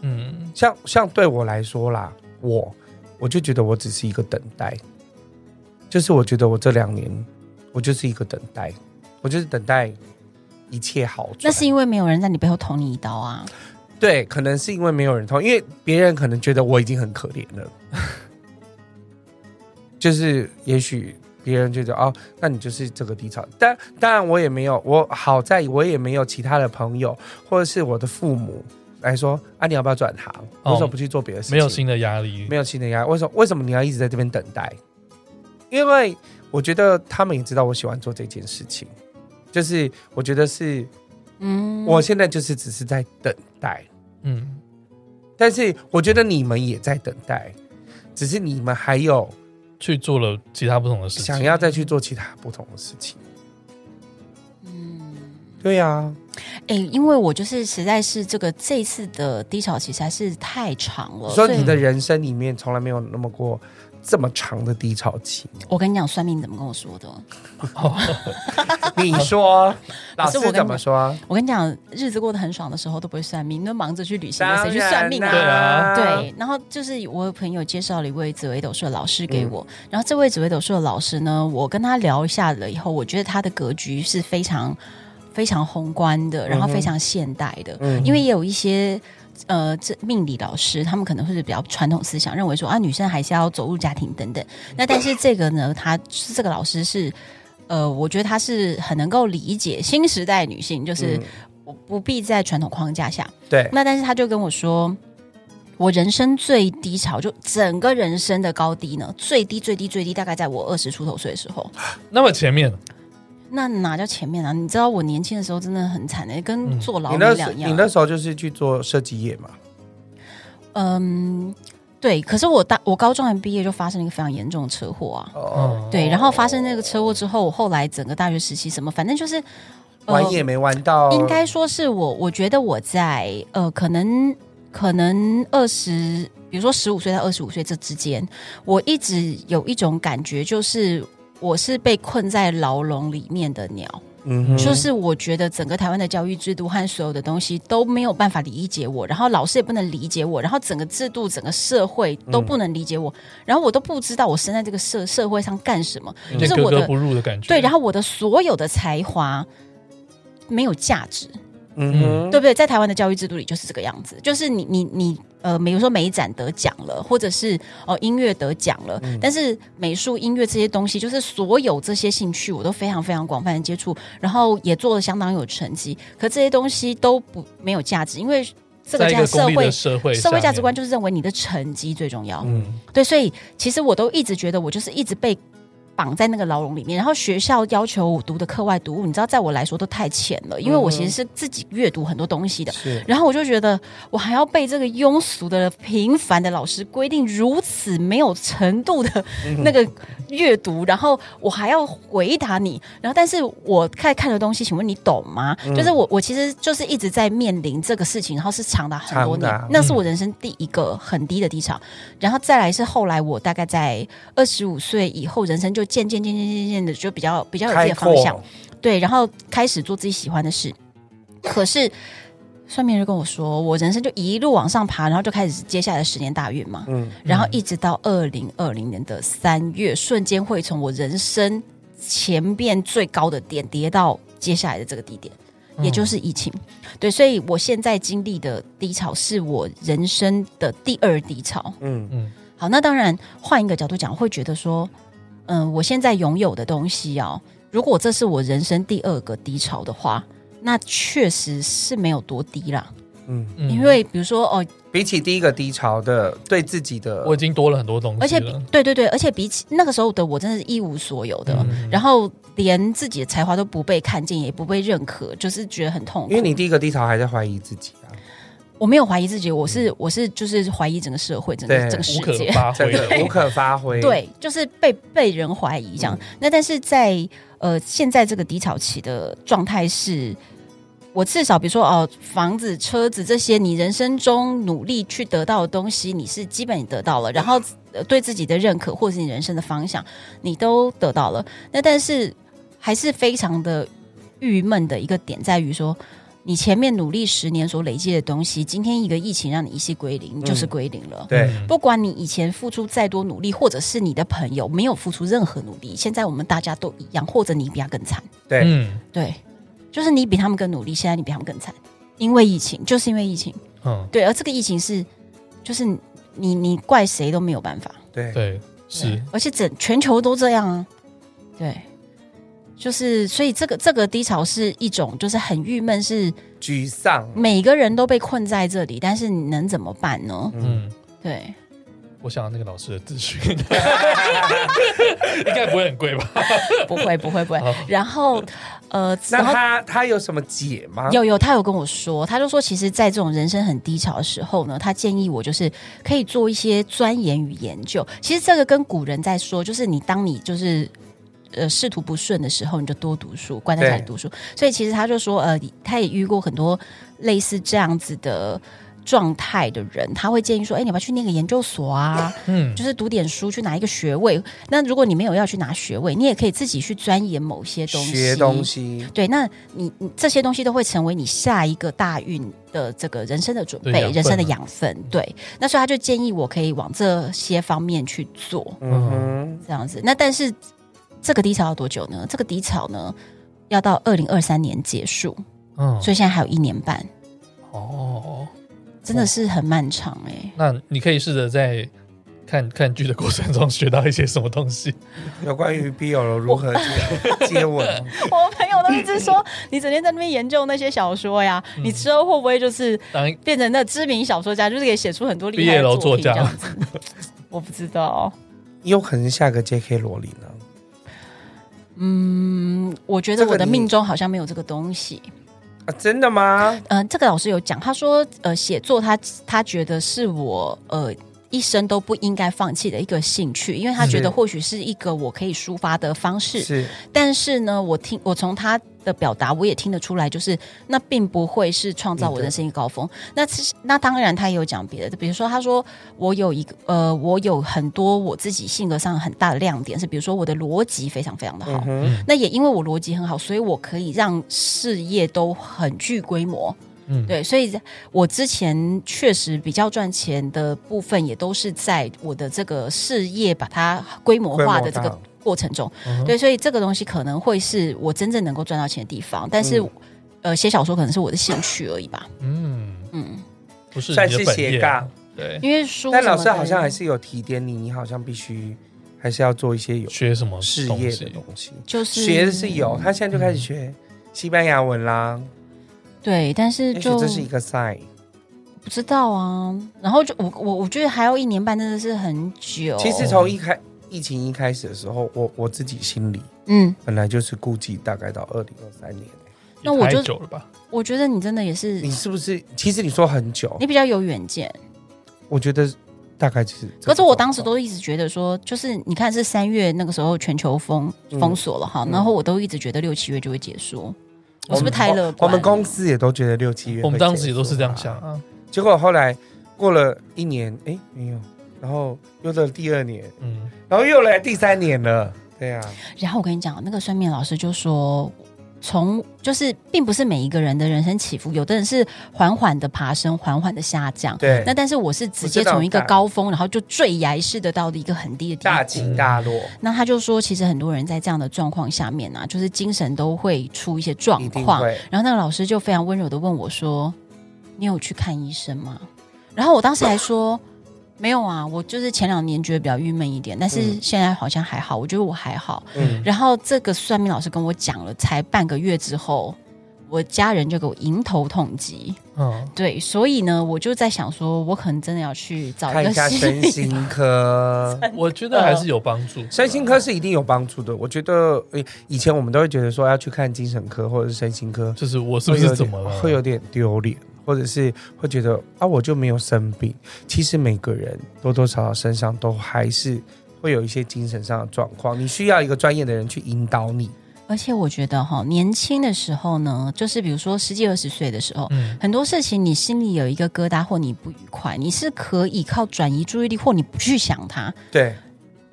嗯像像对我来说啦，我我就觉得我只是一个等待，就是我觉得我这两年我就是一个等待，我就是等待一切好转。那是因为没有人在你背后捅你一刀啊！对，可能是因为没有人痛，因为别人可能觉得我已经很可怜了， <laughs> 就是也许别人觉得哦，那你就是这个低潮。但当然我也没有，我好在我也没有其他的朋友或者是我的父母来说啊，你要不要转行？哦为什么不去做别的事情？没有新的压力。没有新的压力，为什么为什么你要一直在这边等待？因为我觉得他们也知道我喜欢做这件事情，就是我觉得是嗯，我现在就是只是在等待。嗯但是我觉得你们也在等待，只是你们还有去做了其他不同的事情。想要再去做其他不同的事情。嗯，对啊，哎、因为我就是实在是这个这一次的低潮期实在是太长了，所所以以你的人生里面从来没有那么过这么长的低潮 <laughs> 期吗？我跟你讲，算命怎么跟我说的？你说，老师我跟怎么你说？我跟你讲，日子过得很爽的时候都不会算命，那忙着去旅行的谁去当然算命啊？啦啊对，然后就是我有朋友介绍了一位紫微斗数的老师嗯给我，然后这位紫微斗数的老师呢，我跟他聊一下了以后，我觉得他的格局是非常非常宏观的，然后非常现代的，嗯因为也有一些。呃，这命理老师他们可能会是比较传统思想，认为说啊，女生还是要走入家庭等等。那但是这个呢，他是这个老师是，呃，我觉得他是很能够理解新时代女性，就是嗯我不必在传统框架下，对，那但是他就跟我说，我人生最低潮，就整个人生的高低呢，最低最低最低，大概在我二十出头岁的时候。那么前面那哪叫前面啊？你知道我年轻的时候真的很惨的、欸跟嗯坐牢你女那时两你样。那时候就是去做设计业嘛？嗯，对。可是我大我高中还没毕业就发生了一个非常严重的车祸啊。哦，对，然后发生那个车祸之后，我后来整个大学时期什么，反正就是呃玩也没玩哦到，应该说是我，我觉得我在呃，可能可能二十，比如说十五岁到二十五岁这之间，我一直有一种感觉，就是我是被困在牢笼里面的鸟。嗯哼，就是我觉得整个台湾的教育制度和所有的东西都没有办法理解我，然后老师也不能理解我，然后整个制度、整个社会都嗯不能理解我，然后我都不知道我生在这个社社会上干什么，有就点嗯是格我的格不入的感觉。对，然后我的所有的才华没有价值。嗯哼，对不对？在台湾的教育制度里就是这个样子，就是你你你呃，比如说美展得奖了，或者是哦、呃音乐得奖了，嗯但是美术、音乐这些东西，就是所有这些兴趣我都非常非常广泛的接触，然后也做的相当有成绩，可这些东西都不没有价值，因为这个在一价个社功利会的。社会社会价值观就就是认为你的成绩最重要，嗯对，所以其实我都一直觉得我就是一直被绑在那个牢笼里面，然后学校要求我读的课外读物，你知道，在我来说都太浅了，因为我其实是自己阅读很多东西的，是，然后我就觉得，我还要被这个庸俗的、平凡的老师规定如此没有程度的嗯那个阅读，然后我还要回答你，然后但是我看看的东西，请问你懂吗？嗯就是我，我其实就是一直在面临这个事情，然后是长达很多长年达，那是我人生第一个很低的低潮，然后再来是后来我大概在二十五岁以后，人生就渐渐渐渐渐渐的就比较比较有自己开的方向阔，，对，然后开始做自己喜欢的事。可是算命人就跟我说，我人生就一路往上爬，然后就开始接下来的十年大运嘛，嗯，然后一直到二零二零年的三月，瞬间会从我人生前面最高的点跌到接下来的这个低点。嗯也就是疫情，对，所以我现在经历的低潮是我人生的第二低潮。嗯好，那当然换一个角度讲，会觉得说，嗯、我现在拥有的东西哦，如果这是我人生第二个低潮的话，那确实是没有多低啦。嗯，嗯因为比如说哦，比起第一个低潮的对自己的，我已经多了很多东西了，而且比对对对，而且比起那个时候的我，真的是一无所有的，嗯然后连自己的才华都不被看见，也不被认可，就是觉得很痛苦。因为你第一个低潮还在怀疑自己啊，我没有怀疑自己，我是我是就是怀疑整个社会，整个对整个世无可界。发真挥的了无。可发挥，，对，就是被被人怀疑这样。那但是在呃现在这个低潮期的状态是，我至少比如说哦、房子、车子这些，你人生中努力去得到的东西，你是基本你得到了，然后、呃、对自己的认可或者是你人生的方向，你都得到了。那但是还是非常的郁闷的一个点在于说。你前面努力十年所累积的东西，今天一个疫情让你一夕归零，你就是嗯归零了。对嗯不管你以前付出再多努力，或者是你的朋友没有付出任何努力，现在我们大家都一样，或者你比他更惨。对，嗯对，就是你比他们更努力，现在你比他们更惨，因为疫情，就是因为疫情。嗯，对，而这个疫情是，就是你你怪谁都没有办法，对，对，是对，而且整全球都这样啊。对，就是所以这个这个低潮是一种，就是很郁闷，是沮丧，每个人都被困在这里，但是你能怎么办呢？嗯，嗯，对，我想要那个老师的咨 <laughs> <laughs> 询，应该不会很贵吧？不会不会不会好。然后呃，那然后他他有什么解吗？有有，他有跟我说，他就说，其实，在这种人生很低潮的时候呢，他建议我就是可以做一些钻研与研究。其实这个跟古人在说，就是你当你就是呃仕途不顺的时候，你就多读书，关在家里对读书。所以其实他就说，呃，他也遇过很多类似这样子的。状态的人，他会建议说：“哎、你要不要去念个研究所啊？嗯，就是读点书，去拿一个学位。那如果你没有要去拿学位，你也可以自己去钻研某些东西。学东西，对，那你你这些东西都会成为你下一个大运的这个人生的准对备养，人生的分啊养分。对，那所以他就建议我可以往这些方面去做，嗯哼，这样子。那但是这个低潮要多久呢？这个低潮呢，要到二零二三年结束，嗯，所以现在还有一年半，哦，真的是很漫长哎、那你可以试着在看看剧的过程中学到一些什么东西。有关 <laughs> 于 BL 如何接接吻， <laughs> <laughs> 我朋友都一直说，你整天在那边研究那些小说呀，嗯你之后会不会就是当变成那知名小说家，就是可以写出很多厉害 BL 的作品作这家样子？ <laughs> 我不知道。有可能下个 J.K. 罗琳呢？嗯，我觉得这个我的你命中好像没有这个东西。啊，真的吗？嗯、这个老师有讲，他说，呃，写作他他觉得是我呃一生都不应该放弃的一个兴趣，因为他觉是得或许是一个我可以抒发的方式。嗯是但是呢，我听我从他的表达，我也听得出来，就是那并不会是创造我人生一个高峰。那其实那当然，他也有讲别的，比如说他说我有一个呃，我有很多我自己性格上很大的亮点是，比如说我的逻辑非常非常的好嗯。哼，那也因为我逻辑很好，所以我可以让事业都很具规模。嗯，对，所以我之前确实比较赚钱的部分，也都是在我的这个事业把它规模化的这规模个大过程中。嗯哼对，所以这个东西可能会是我真正能够赚到钱的地方，但是。嗯呃，写小说可能是我的兴趣而已吧，嗯，嗯，不是算你的是本斜业啊杠，对，因为嗯书但老什么师的好像还是有提点你，你好像必须还是要做一些有学什么事东业西的东西。就是嗯学的是有，他现在就开始学西班牙文啦。对，但也是许就这是一个 sign，不知道啊。然后就我我我觉得还要一年半，真的是很久。其实从一开疫情一开始的时候，我我自己心里嗯，本来就是估计大概到二零二三年。那也我太就久了吧？我觉得你真的也是，你是不是？其实你说很久你，比较有远见。我觉得大概就是这个状况。可是我当时都一直觉得说，就是你看是三月那个时候全球封嗯封锁了哈，嗯然后我都一直觉得六七月就会结束，我我是们不是太乐我观了？们公司也都觉得六七月会结束啊，我们当时也都是这样想啊。结果后来过了一年，哎，没有，然后又到了第二年，嗯，然后又来第三年了。对啊呀、然后我跟你讲，那个算命老师就说，从就是并不是每一个人的人生起伏，有的人是缓缓的爬升，缓缓的下降。对那但是我是直接我知道从一个大高峰，然后就坠崖式的到了一个很低的大低谷。起大落，那他就说，其实很多人在这样的状况下面啊，就是精神都会出一些状一定况。会。然后那个老师就非常温柔的问我说：“你有去看医生吗？”然后我当时还说：“没有啊，我就是前两年觉得比较郁闷一点，但是嗯现在好像还好，我觉得我还好。”嗯，然后这个算命老师跟我讲了，才半个月之后，我家人就给我迎头痛击。嗯，对，所以呢，我就在想说，我可能真的要去找一看个一下西身心科，我觉得还是有帮助的啦。身心科是一定有帮助的。我觉得，诶以前我们都会觉得说要去看精神科或者是身心科，就是我是不是怎么了？会有点丢脸，或者是会觉得啊，我就没有生病。其实每个人多多少少身上都还是会有一些精神上的状况，你需要一个专业的人去引导你。 <laughs> 而且我觉得哈，年轻的时候呢，就是比如说十几二十岁的时候，嗯很多事情你心里有一个疙瘩或你不愉快，你是可以靠转移注意力或你不去想它对，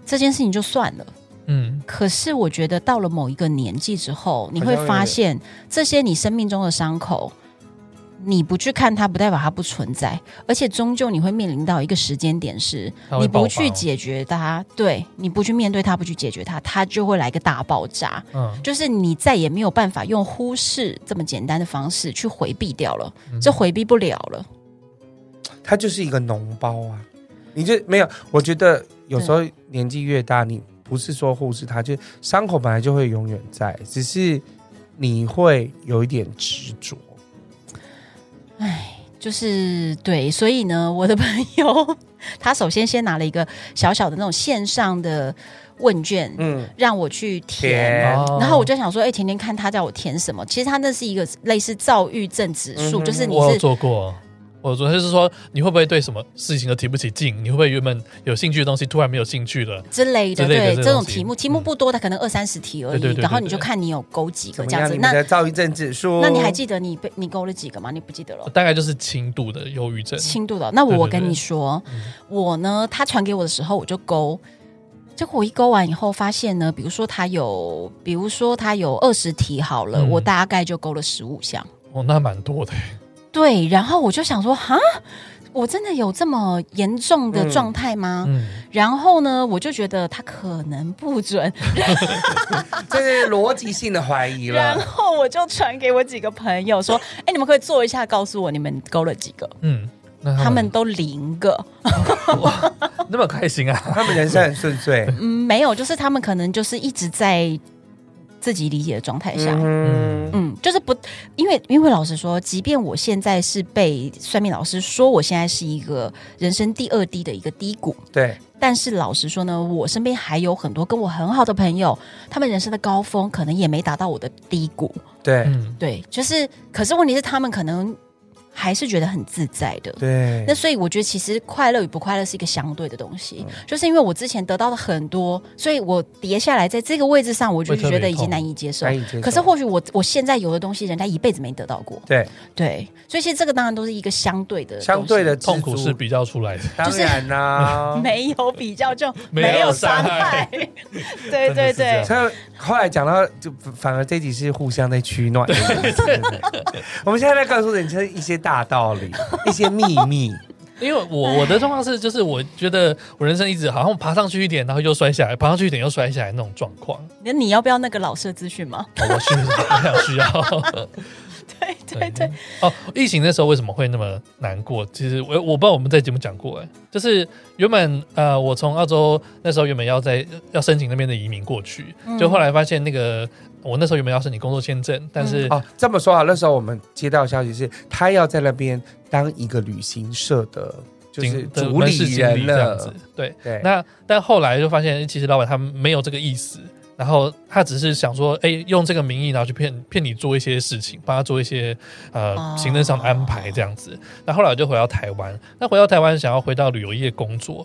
这件事情就算了。嗯，可是我觉得到了某一个年纪之后，你会好像有点发现这些你生命中的伤口，你不去看它，不代表它不存在，而且终究你会面临到一个时间点是，它会你爆发不去解决它，对你不去面对它，不去解决它，它就会来个大爆炸。嗯，就是你再也没有办法用忽视这么简单的方式去回避掉了，嗯这回避不了了。它就是一个脓包啊，你就没有。我觉得有时候年纪越大，你不是说护士它，就伤口本来就会永远在，只是你会有一点执着。就是对，所以呢，我的朋友他首先先拿了一个小小的那种线上的问卷，嗯，让我去填。填哦然后我就想说，哎、甜甜看他叫我填什么？其实他那是一个类似躁郁症指数，嗯哼就是你我有是做过，我昨天是说你会不会对什么事情都提不起劲？你会不会原本有兴趣的东西突然没有兴趣了？之类的，之类的对这这种东西题目，题目不多，它可能二三十题而对对已对，对然后你就对看你有勾几个怎么这样样？子。你们那的躁郁症指数？那你还记得你被你勾了几个吗？你不记得了？哦大概就是轻度的忧郁症，轻度的。那对对我对嗯跟你说，我呢，他传给我的时候我就勾，结果我一勾完以后发现呢，比如说他有，比如说他有二十题好了，嗯我大概就勾了十五项。哦，那蛮多的。对，然后我就想说，哈，我真的有这么严重的嗯状态吗？嗯，然后呢，我就觉得他可能不准，这是逻辑性的怀疑然 <laughs> 了。后我就传给我几个朋友说：“哎、你们可以做一下，告诉我你们勾了几个。嗯，”那他他们们都零个，那么开心啊？他们人生很顺遂，嗯，没有，就是他们可能就是一直在自己理解的状态下，嗯嗯，就是不，因为因为老实说，即便我现在是被算命老师说我现在是一个人生第二低的一个低谷，对，但是老实说呢，我身边还有很多跟我很好的朋友，他们人生的高峰可能也没达到我的低谷，对，嗯，对，就是，可是问题是他们可能还是觉得很自在的。对那，所以我觉得，其实快乐与不快乐是一个相对的东西，嗯就是因为我之前得到的很多，所以我跌下来在这个位置上，我就会特别觉得已经痛难以接受。难以接受可是或许我我现在有的东西，人家一辈子没得到过，对对，所以其实这个当然都是一个相对的东西，相对的知足痛苦是比较出来的。当然啦。 <laughs> 没有比较就 <laughs> 没有没有伤伤 <laughs> 害害，真的对对是这对样， <laughs> 所以后来讲到，就反而这集是互相在取暖的 <laughs> 意思。我们现在在告诉人家一些大道理，一些秘 <laughs> 密。因为我我的状况是，就是我觉得我人生一直好像爬上去一点，然后又摔下来，爬上去一点又摔下来那种状况。那你要不要那个老师的资讯吗？ <laughs> 哦我需要需 <laughs> 要。对 <laughs> 对对，哦，疫情那时候为什么会那么难过？其实我我不知道我们在节目讲过哎、就是原本呃，我从澳洲那时候原本要在要申请那边的移民过去，嗯就后来发现那个我那时候原本要申请工作签证，但是、哦，这么说好，那时候我们接到消息是，他要在那边当一个旅行社的，就是经的主门市理经人理这样子了。。对，对，那但后来就发现，其实老板他没有这个意思，然后他只是想说，哎、用这个名义，然后去骗骗你做一些事情，帮他做一些呃哦行政上的安排这样子。那后来我就回到台湾，那回到台湾想要回到旅游业工作。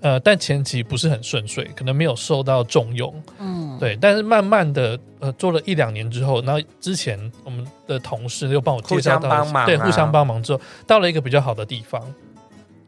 呃，但前期不是很顺遂，可能没有受到重用，嗯，对。但是慢慢的，呃，做了一两年之后，然后之前我们的同事又帮我介绍到互相帮忙啊对，互相帮忙之后，到了一个比较好的地方。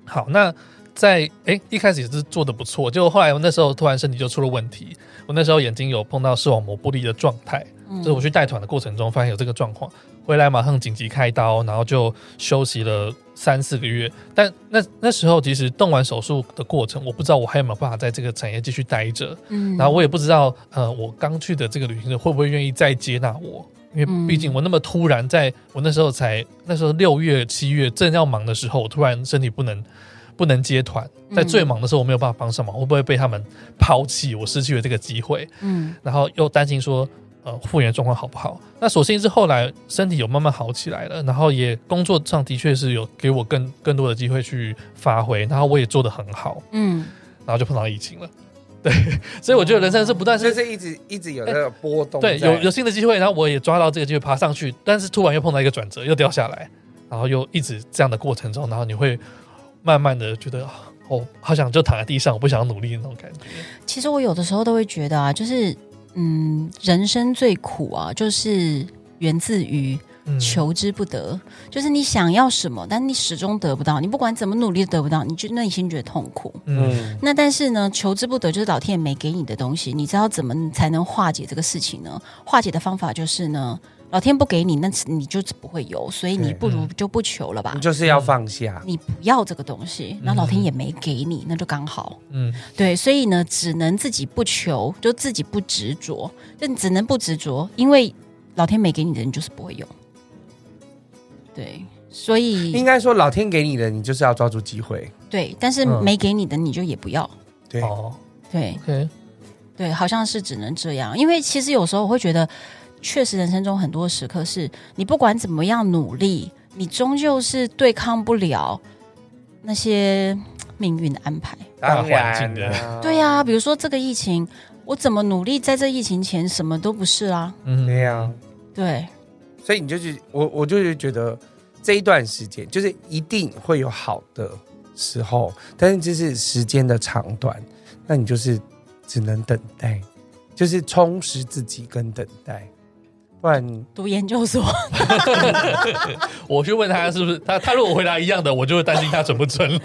好，那在哎一开始也是做的不错，结果后来我那时候突然身体就出了问题，我那时候眼睛有碰到视网膜剥离的状态，嗯就是我去带团的过程中发现有这个状况，回来马上紧急开刀，然后就休息了三四个月。但那那时候其实动完手术的过程，我不知道我还有没有办法在这个产业继续待着，嗯然后我也不知道呃我刚去的这个旅行社会不会愿意再接纳我。因为毕竟我那么突然，在我那时候才那时候六月七月正要忙的时候，我突然身体不能不能接团，嗯在最忙的时候我没有办法帮上忙，会不会被他们抛弃？我失去了这个机会。嗯然后又担心说，呃，复原状况好不好？那所幸是后来身体有慢慢好起来了，然后也工作上的确是有给我更更多的机会去发挥，然后我也做得很好，嗯，然后就碰到疫情了。对，所以我觉得人生是不断。就是是一直一直有那个波动在。对，有有新的机会，然后我也抓到这个机会爬上去，但是突然又碰到一个转折，又掉下来，然后又一直这样的过程中，然后你会慢慢的觉得，哦，好想就躺在地上，我不想努力的那种感觉。其实我有的时候都会觉得啊，就是嗯，人生最苦啊，就是源自于嗯，求之不得，就是你想要什么，但你始终得不到，你不管怎么努力都得不到，你就内心觉得痛苦。嗯，嗯，那但是呢，求之不得就是老天爷没给你的东西，你知道怎么才能化解这个事情呢？化解的方法就是呢，老天不给你，那你就不会有，所以对你嗯不如就不求了吧你。就是嗯要放下。你不要这个东西，那老天也没给你，那就刚好。嗯，对，所以呢，只能自己不求，就自己不执着，就你只能不执着，因为老天没给你的，你就是不会有。对，所应嗯以该说，老天给你的，你就是要抓住机会。对，但是嗯没给你的，你就也不要。对哦对，OK，对，好像是只能这样，因为其实有时候我会觉得，确实人生中很多时刻是你不管怎么样努力，你终究是对抗不了那些命运的安排。大当环然啊境的啦对啊呀、比如说这个疫情，我怎么努力，在这疫情前什么都不是啦。啊嗯，对呀。啊对，所以你就是我，我就是觉得这一段时间，就是一定会有好的时候，但是就是时间的长短，那你就是只能等待，就是充实自己跟等待，不然读研究所，我去问他是不是他，他如果回答一样的，我就会担心他准不 <laughs> 准了。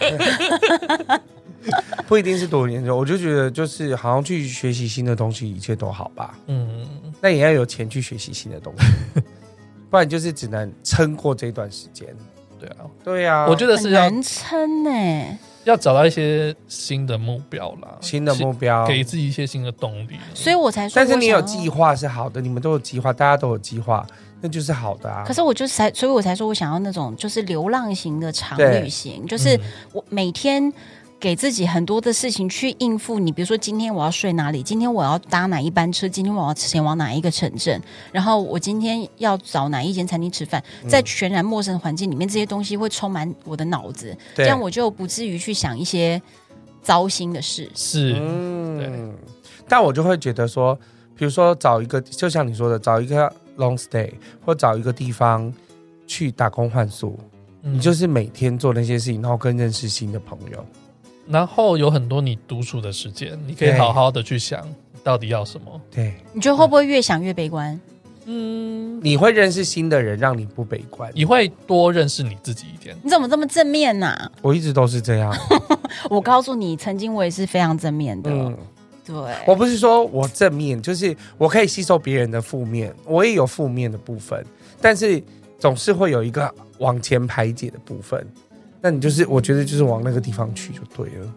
不一定是多严重。我就觉得就是好像去学习新的东西，一切都好吧，嗯，那也要有钱去学习新的东 <laughs> 西，不然就是只能撑过这段时间。对啊，对呀、啊，我觉得是很要难撑呢、要找到一些新的目标啦，新的目标给自己一些新的动力。所以我才说，但是你有计。划是好的，你们都有计划，大家都有计划，那就是好的啊。可是我就才，所以我才说我想要那种就是流浪型的长对旅行，就是嗯我每天给自己很多的事情去应付你，比如说今天我要睡哪里，今天我要搭哪一班车，今天我要前往哪一个城镇，然后我今天要找哪一间餐厅吃饭，嗯在全然陌生的环境里面，这些东西会充满我的脑子，这对，样我就不至于去想一些糟心的事。是，嗯，但我就会觉得说，比如说找一个，就像你说的，找一个 long stay 或找一个地方去打工换宿，你你就是每天做那些事情，然后跟认识新的朋友。然后有很多你独处的时间，你可以对好好的去想你到底要什么。对，你觉得会不会越想越悲观？嗯，你会认识新的人，让你不悲观。你会多认识你自己一点。你怎么这么正面呐、我一直都是这样。我告诉你，曾经我也是非常正面的，嗯，对，我不是说我正面，就是我可以吸收别人的负面，我也有负面的部分，但是总是会有一个往前排解的部分。那你就是，我觉得就是往那个地方去就对了。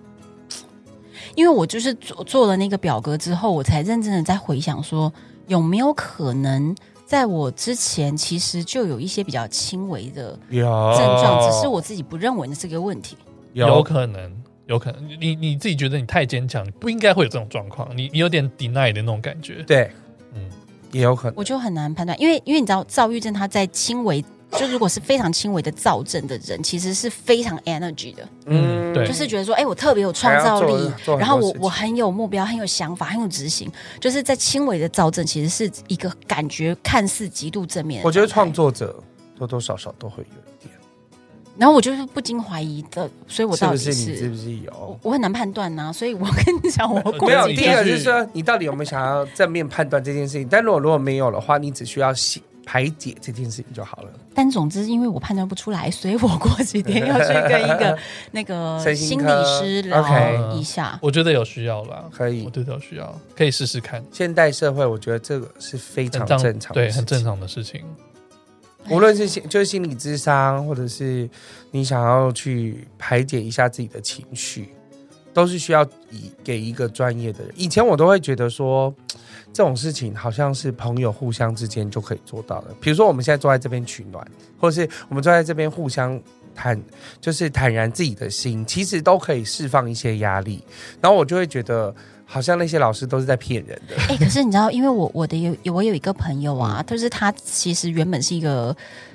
因为我就是做做了那个表格之后，我才认真的在回想说，有没有可能在我之前其实就有一些比较轻微的有症状，只是我自己不认为那是个问题。有可能，有可能，你你自己觉得你太坚强，你不应该会有这种状况，你你有点 deny 的那种感觉。对，嗯，也有可能。我就很难判断，因为因为你知道，躁郁症它在轻微，就如果是非常轻微的躁症的人，其实是非常 energy 的，嗯对就是觉得说，哎、我特别有创造还要力做做很多，然后我事情我很有目标，很有想法，很有执行，就是在轻微的躁症，其实是一个感觉看似极度正面的状态。我觉得创作者多多少少都会有一点，然后我就是不禁怀疑的，所以我是到不底是是你是不是我有？我很难判断呐、所以我跟你讲，我 <laughs> 过没有，几第你一天个就是是说你到底有没有想要正面判断这件事情？但如果如果没有的话，你只需要洗排解这件事情就好了。但总之因为我判断不出来，所以我过几天要去跟一 <laughs> 个那个身心心理科师聊 OK 一下。我觉得有需要啦，可以我觉得有需要，可以试试看，现代社会，我觉得这个是非常当正常的对，事情很正。常的事情。无论是心就是心理智商，或者是你想要去排解一下自己的情绪，都是需要以给一个专业的人。以前我都会觉得说，这种事情好像是朋友互相之间就可以做到的。比如说我们现在坐在这边取暖，或者是我们坐在这边互相坦，就是坦然自己的心，其实都可以释放一些压力。然后我就会觉得，好像那些老师都是在骗人的。哎、可是你知道，因为我我的有有我有一个朋友啊，就是他其实原本是一个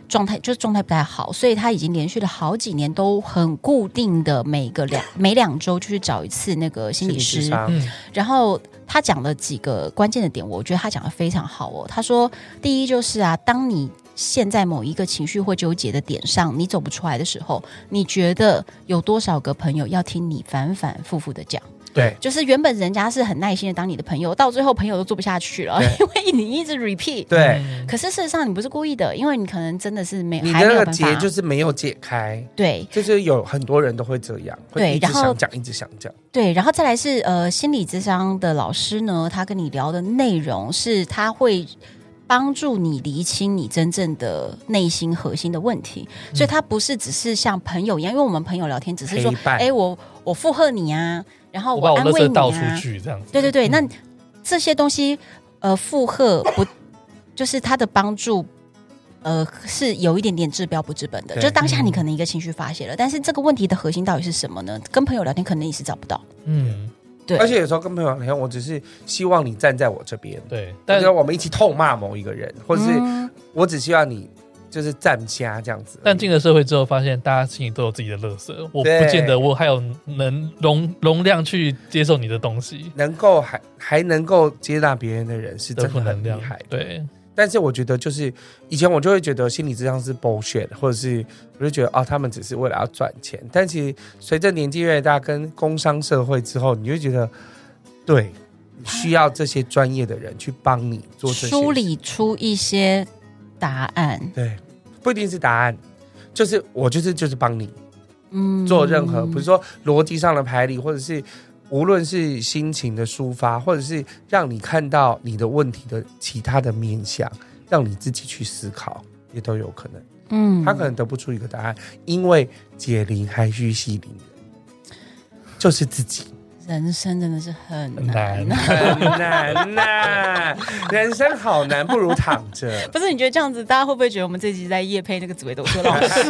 状态，就是状态不太好，所以他已经连续了好几年都很固定的每个两每两周就去找一次那个心理智师。商，嗯，然后他讲了几个关键的点，我觉得他讲的非常好哦。他说，第一就是啊，当你陷在某一个情绪或纠结的点上，你走不出来的时候，你觉得有多少个朋友要听你反反复复的讲？对，就是原本人家是很耐心的当你的朋友，到最后朋友都做不下去了， <laughs> 因为你一直 repeat。对。嗯可是事实上你不是故意的，因为你可能真的是没你还没的那有个办结法。就是没有解开，对，就是有很多人都会这样，对会一直然后想讲，一直想讲。对，然后再来是呃，心理咨商的老师呢，他跟你聊的内容是他会帮助你厘清你真正的内心核心的问题，嗯所以他不是只是像朋友一样，因为我们朋友聊天只是说陪，伴哎，我我附和你啊，然后我把我安垃慰圾你倒出啊，去，这样子。对对对，嗯那这些东西呃附和不就是它的帮助。呃，是有一点点治标不治本的，对就是当下你嗯可能一个情绪发泄了，但是这个问题的核心到底是什么呢？跟朋友聊天可能也是找不到。嗯，对，而且有时候跟朋友聊天，我只是希望你站在我这边，对，但但是我们一起痛骂某一个人，或者是嗯我只希望你就是站瞎这样子。但进了社会之后，发现大家心里都有自己的垃圾，我对不见得我还有能容容量去接受你的东西能够还还能够接纳别人的人是的真负的能很厉量害。，对，但是我觉得就是以前我就会觉得心理智商是 bullshit，或者是我就觉得哦，他们只是为了要赚钱。但其实随着年纪越来越大，跟工商社会之后，你就会觉得，对，你需要这些专业的人去帮你做这些梳理出一些答案，对，不一定是答案，就是我就是就是帮你嗯，做任何，比如说逻辑上的排理，或者是无论是心情的抒发，或者是让你看到你的问题的其他的面向，让你自己去思考，也都有可能。嗯他可能得不出一个答案，因为解铃还须系铃人，就是自己。人生真的是很很难。难。 <laughs> 很难呐、人生好难，不如躺 <laughs> 着。不是你觉得这样子，大家会不会觉得我们这集在夜配那个紫薇斗数 <laughs> 老师，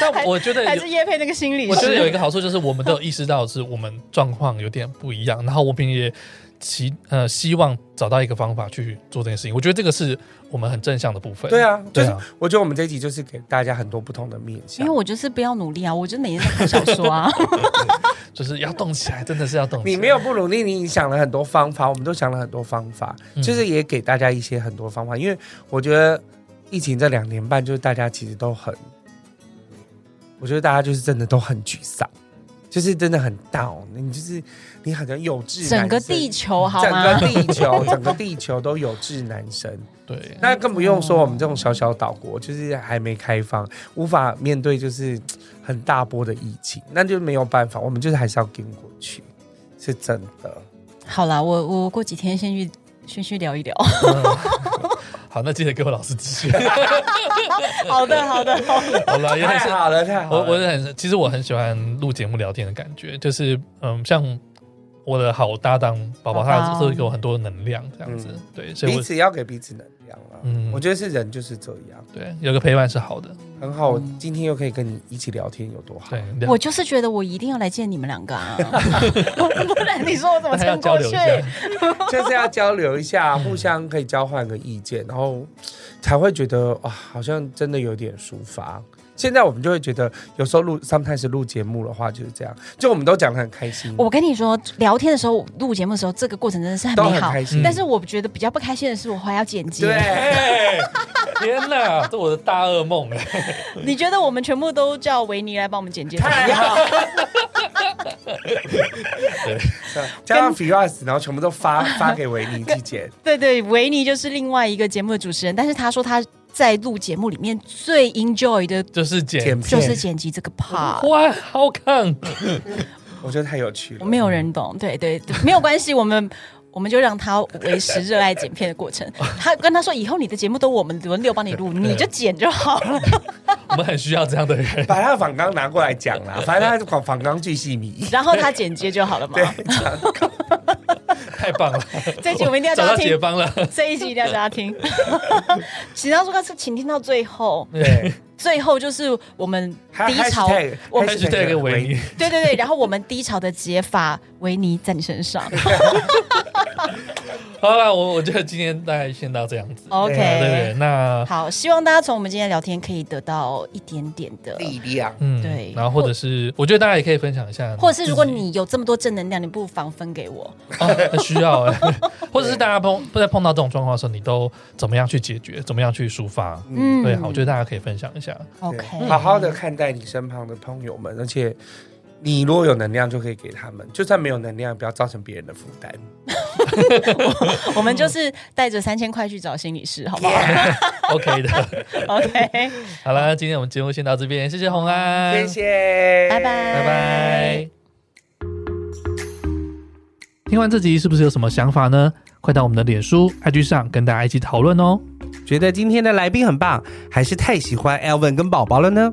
但我觉得还有是夜配那个心理师？我觉得有一个好处就是，我们都有意识到是我们状况有点不一样，然后我们也期呃希望找到一个方法去做这件事情。我觉得这个是我们很正向的部分。对，啊，就对是、啊，我觉得我们这一集就是给大家很多不同的面因向为。我就是不要努力啊，我就每天在看小说啊。就是要动起来，真的是要动起来。你没有不努力，你想了很多方法，我们都想了很多方法，嗯就是也给大家一些很多方法。因为我觉得疫情这两年半，就是大家其实都很，我觉得大家就是真的都很沮丧，就是真的很 down，你就是你好像有志整个难伸地球好嗯整吗？个地球，整个地球都有志难伸。对， <laughs> 那更不用说我们这种小小岛国，就是还没开放，无法面对就是嘖很大波的疫情，那就没有办法，我们就是还是要跟过去，是真的。 <laughs> 好啦，我我过几天先去先去聊一聊。嗯好，那记得给我老师咨询。 <laughs> 好的，好的，好的。好了，也很太好了，太好我了！我是很，其实我很喜欢录节目聊天的感觉，就是嗯，像我的好搭档宝宝，宝宝他是给我很多能量，这样子。嗯对，所以彼我此要给彼此能量啊。嗯我觉得是人就是这样，对有个陪伴是好的。很好。我今天又可以跟你一起聊天，有多好对？， <laughs> 我就是觉得我一定要来见你们两个啊，不然你说我怎么还 <laughs> 要撑交过流一去？下。就是要交流一 <laughs> 下，互相可以交换个意见，然后才会觉得啊，好像真的有点抒发。现在我们就会觉得，有时候录 sometimes 录节目的话就是这样，就我们都讲得很开心，我跟你说，聊天的时候，录节目的时候，这个过程真的是很都美很好。开心。但是我觉得比较不开心的是，我还要剪辑。哎，天哪，这我的大噩梦哎！你觉得我们全部都叫维尼来帮我们剪接？太好了。加上 f i a s 然后全部都 <laughs> 发发给维尼去剪， <laughs> 对对，维尼就是另外一个节目的主持人，但是他说他在录节目里面最 enjoy 的就是剪剪，片，就是剪辑这个 part。哇，好看！我觉得太有趣了。没有人懂，对对对，没有关系，我们我们就让他维持热爱剪片的过程。他跟他说，以后你的节目都我们轮流帮你录，你就剪就好了。我们很需要这样的人。把他的仿纲拿过来讲啦，反正他仿仿纲巨细靡遗。然后他剪接就好了嘛。 <laughs> 太棒了！这一集我们一定要找叫他到解听，放了。这一集一定要叫他听。 <laughs> 请他说他是，请听到最后，对，最后就是我们低潮，我开始带给维尼，对对对，然后我们低潮的解法，维尼在你身上。好了，我我觉得今天大概先到这样子。 OK，啊对对对，那好，希望大家从我们今天的聊天可以得到一点点的，力量。嗯，对然后或者是我觉得大家也可以分享一下，或者是如果你有这么多正能量，你不如防分给我。啊很需要 <laughs> 哎，或者是大家碰不在碰到这种状况的时候，你都怎么样去解决，怎么样去抒发？嗯，对，好，我觉得大家可以分享一下。 OK，好好的看待你身旁的朋友们，而且你如果有能量，就可以给他们；就算没有能量，不要造成别人的负担。我们就是带着三千块去找心理师，好不好 OK 的， <laughs> ？OK，好了，今天我们节目先到这边，谢谢红安，谢谢，嗯拜拜，拜。拜。听完这集是不是有什么想法呢？快到我们的脸书、IG 上跟大家一起讨论哦。觉得今天的来宾很棒，还是太喜欢 Elvin 跟宝宝了呢？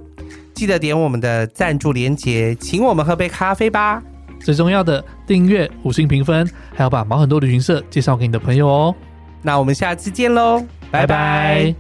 记得点我们的赞助连结，请我们喝杯咖啡吧。最重要的，订阅、五星评分，还要把毛很多旅行社介绍给你的朋友哦。那我们下次见喽，拜拜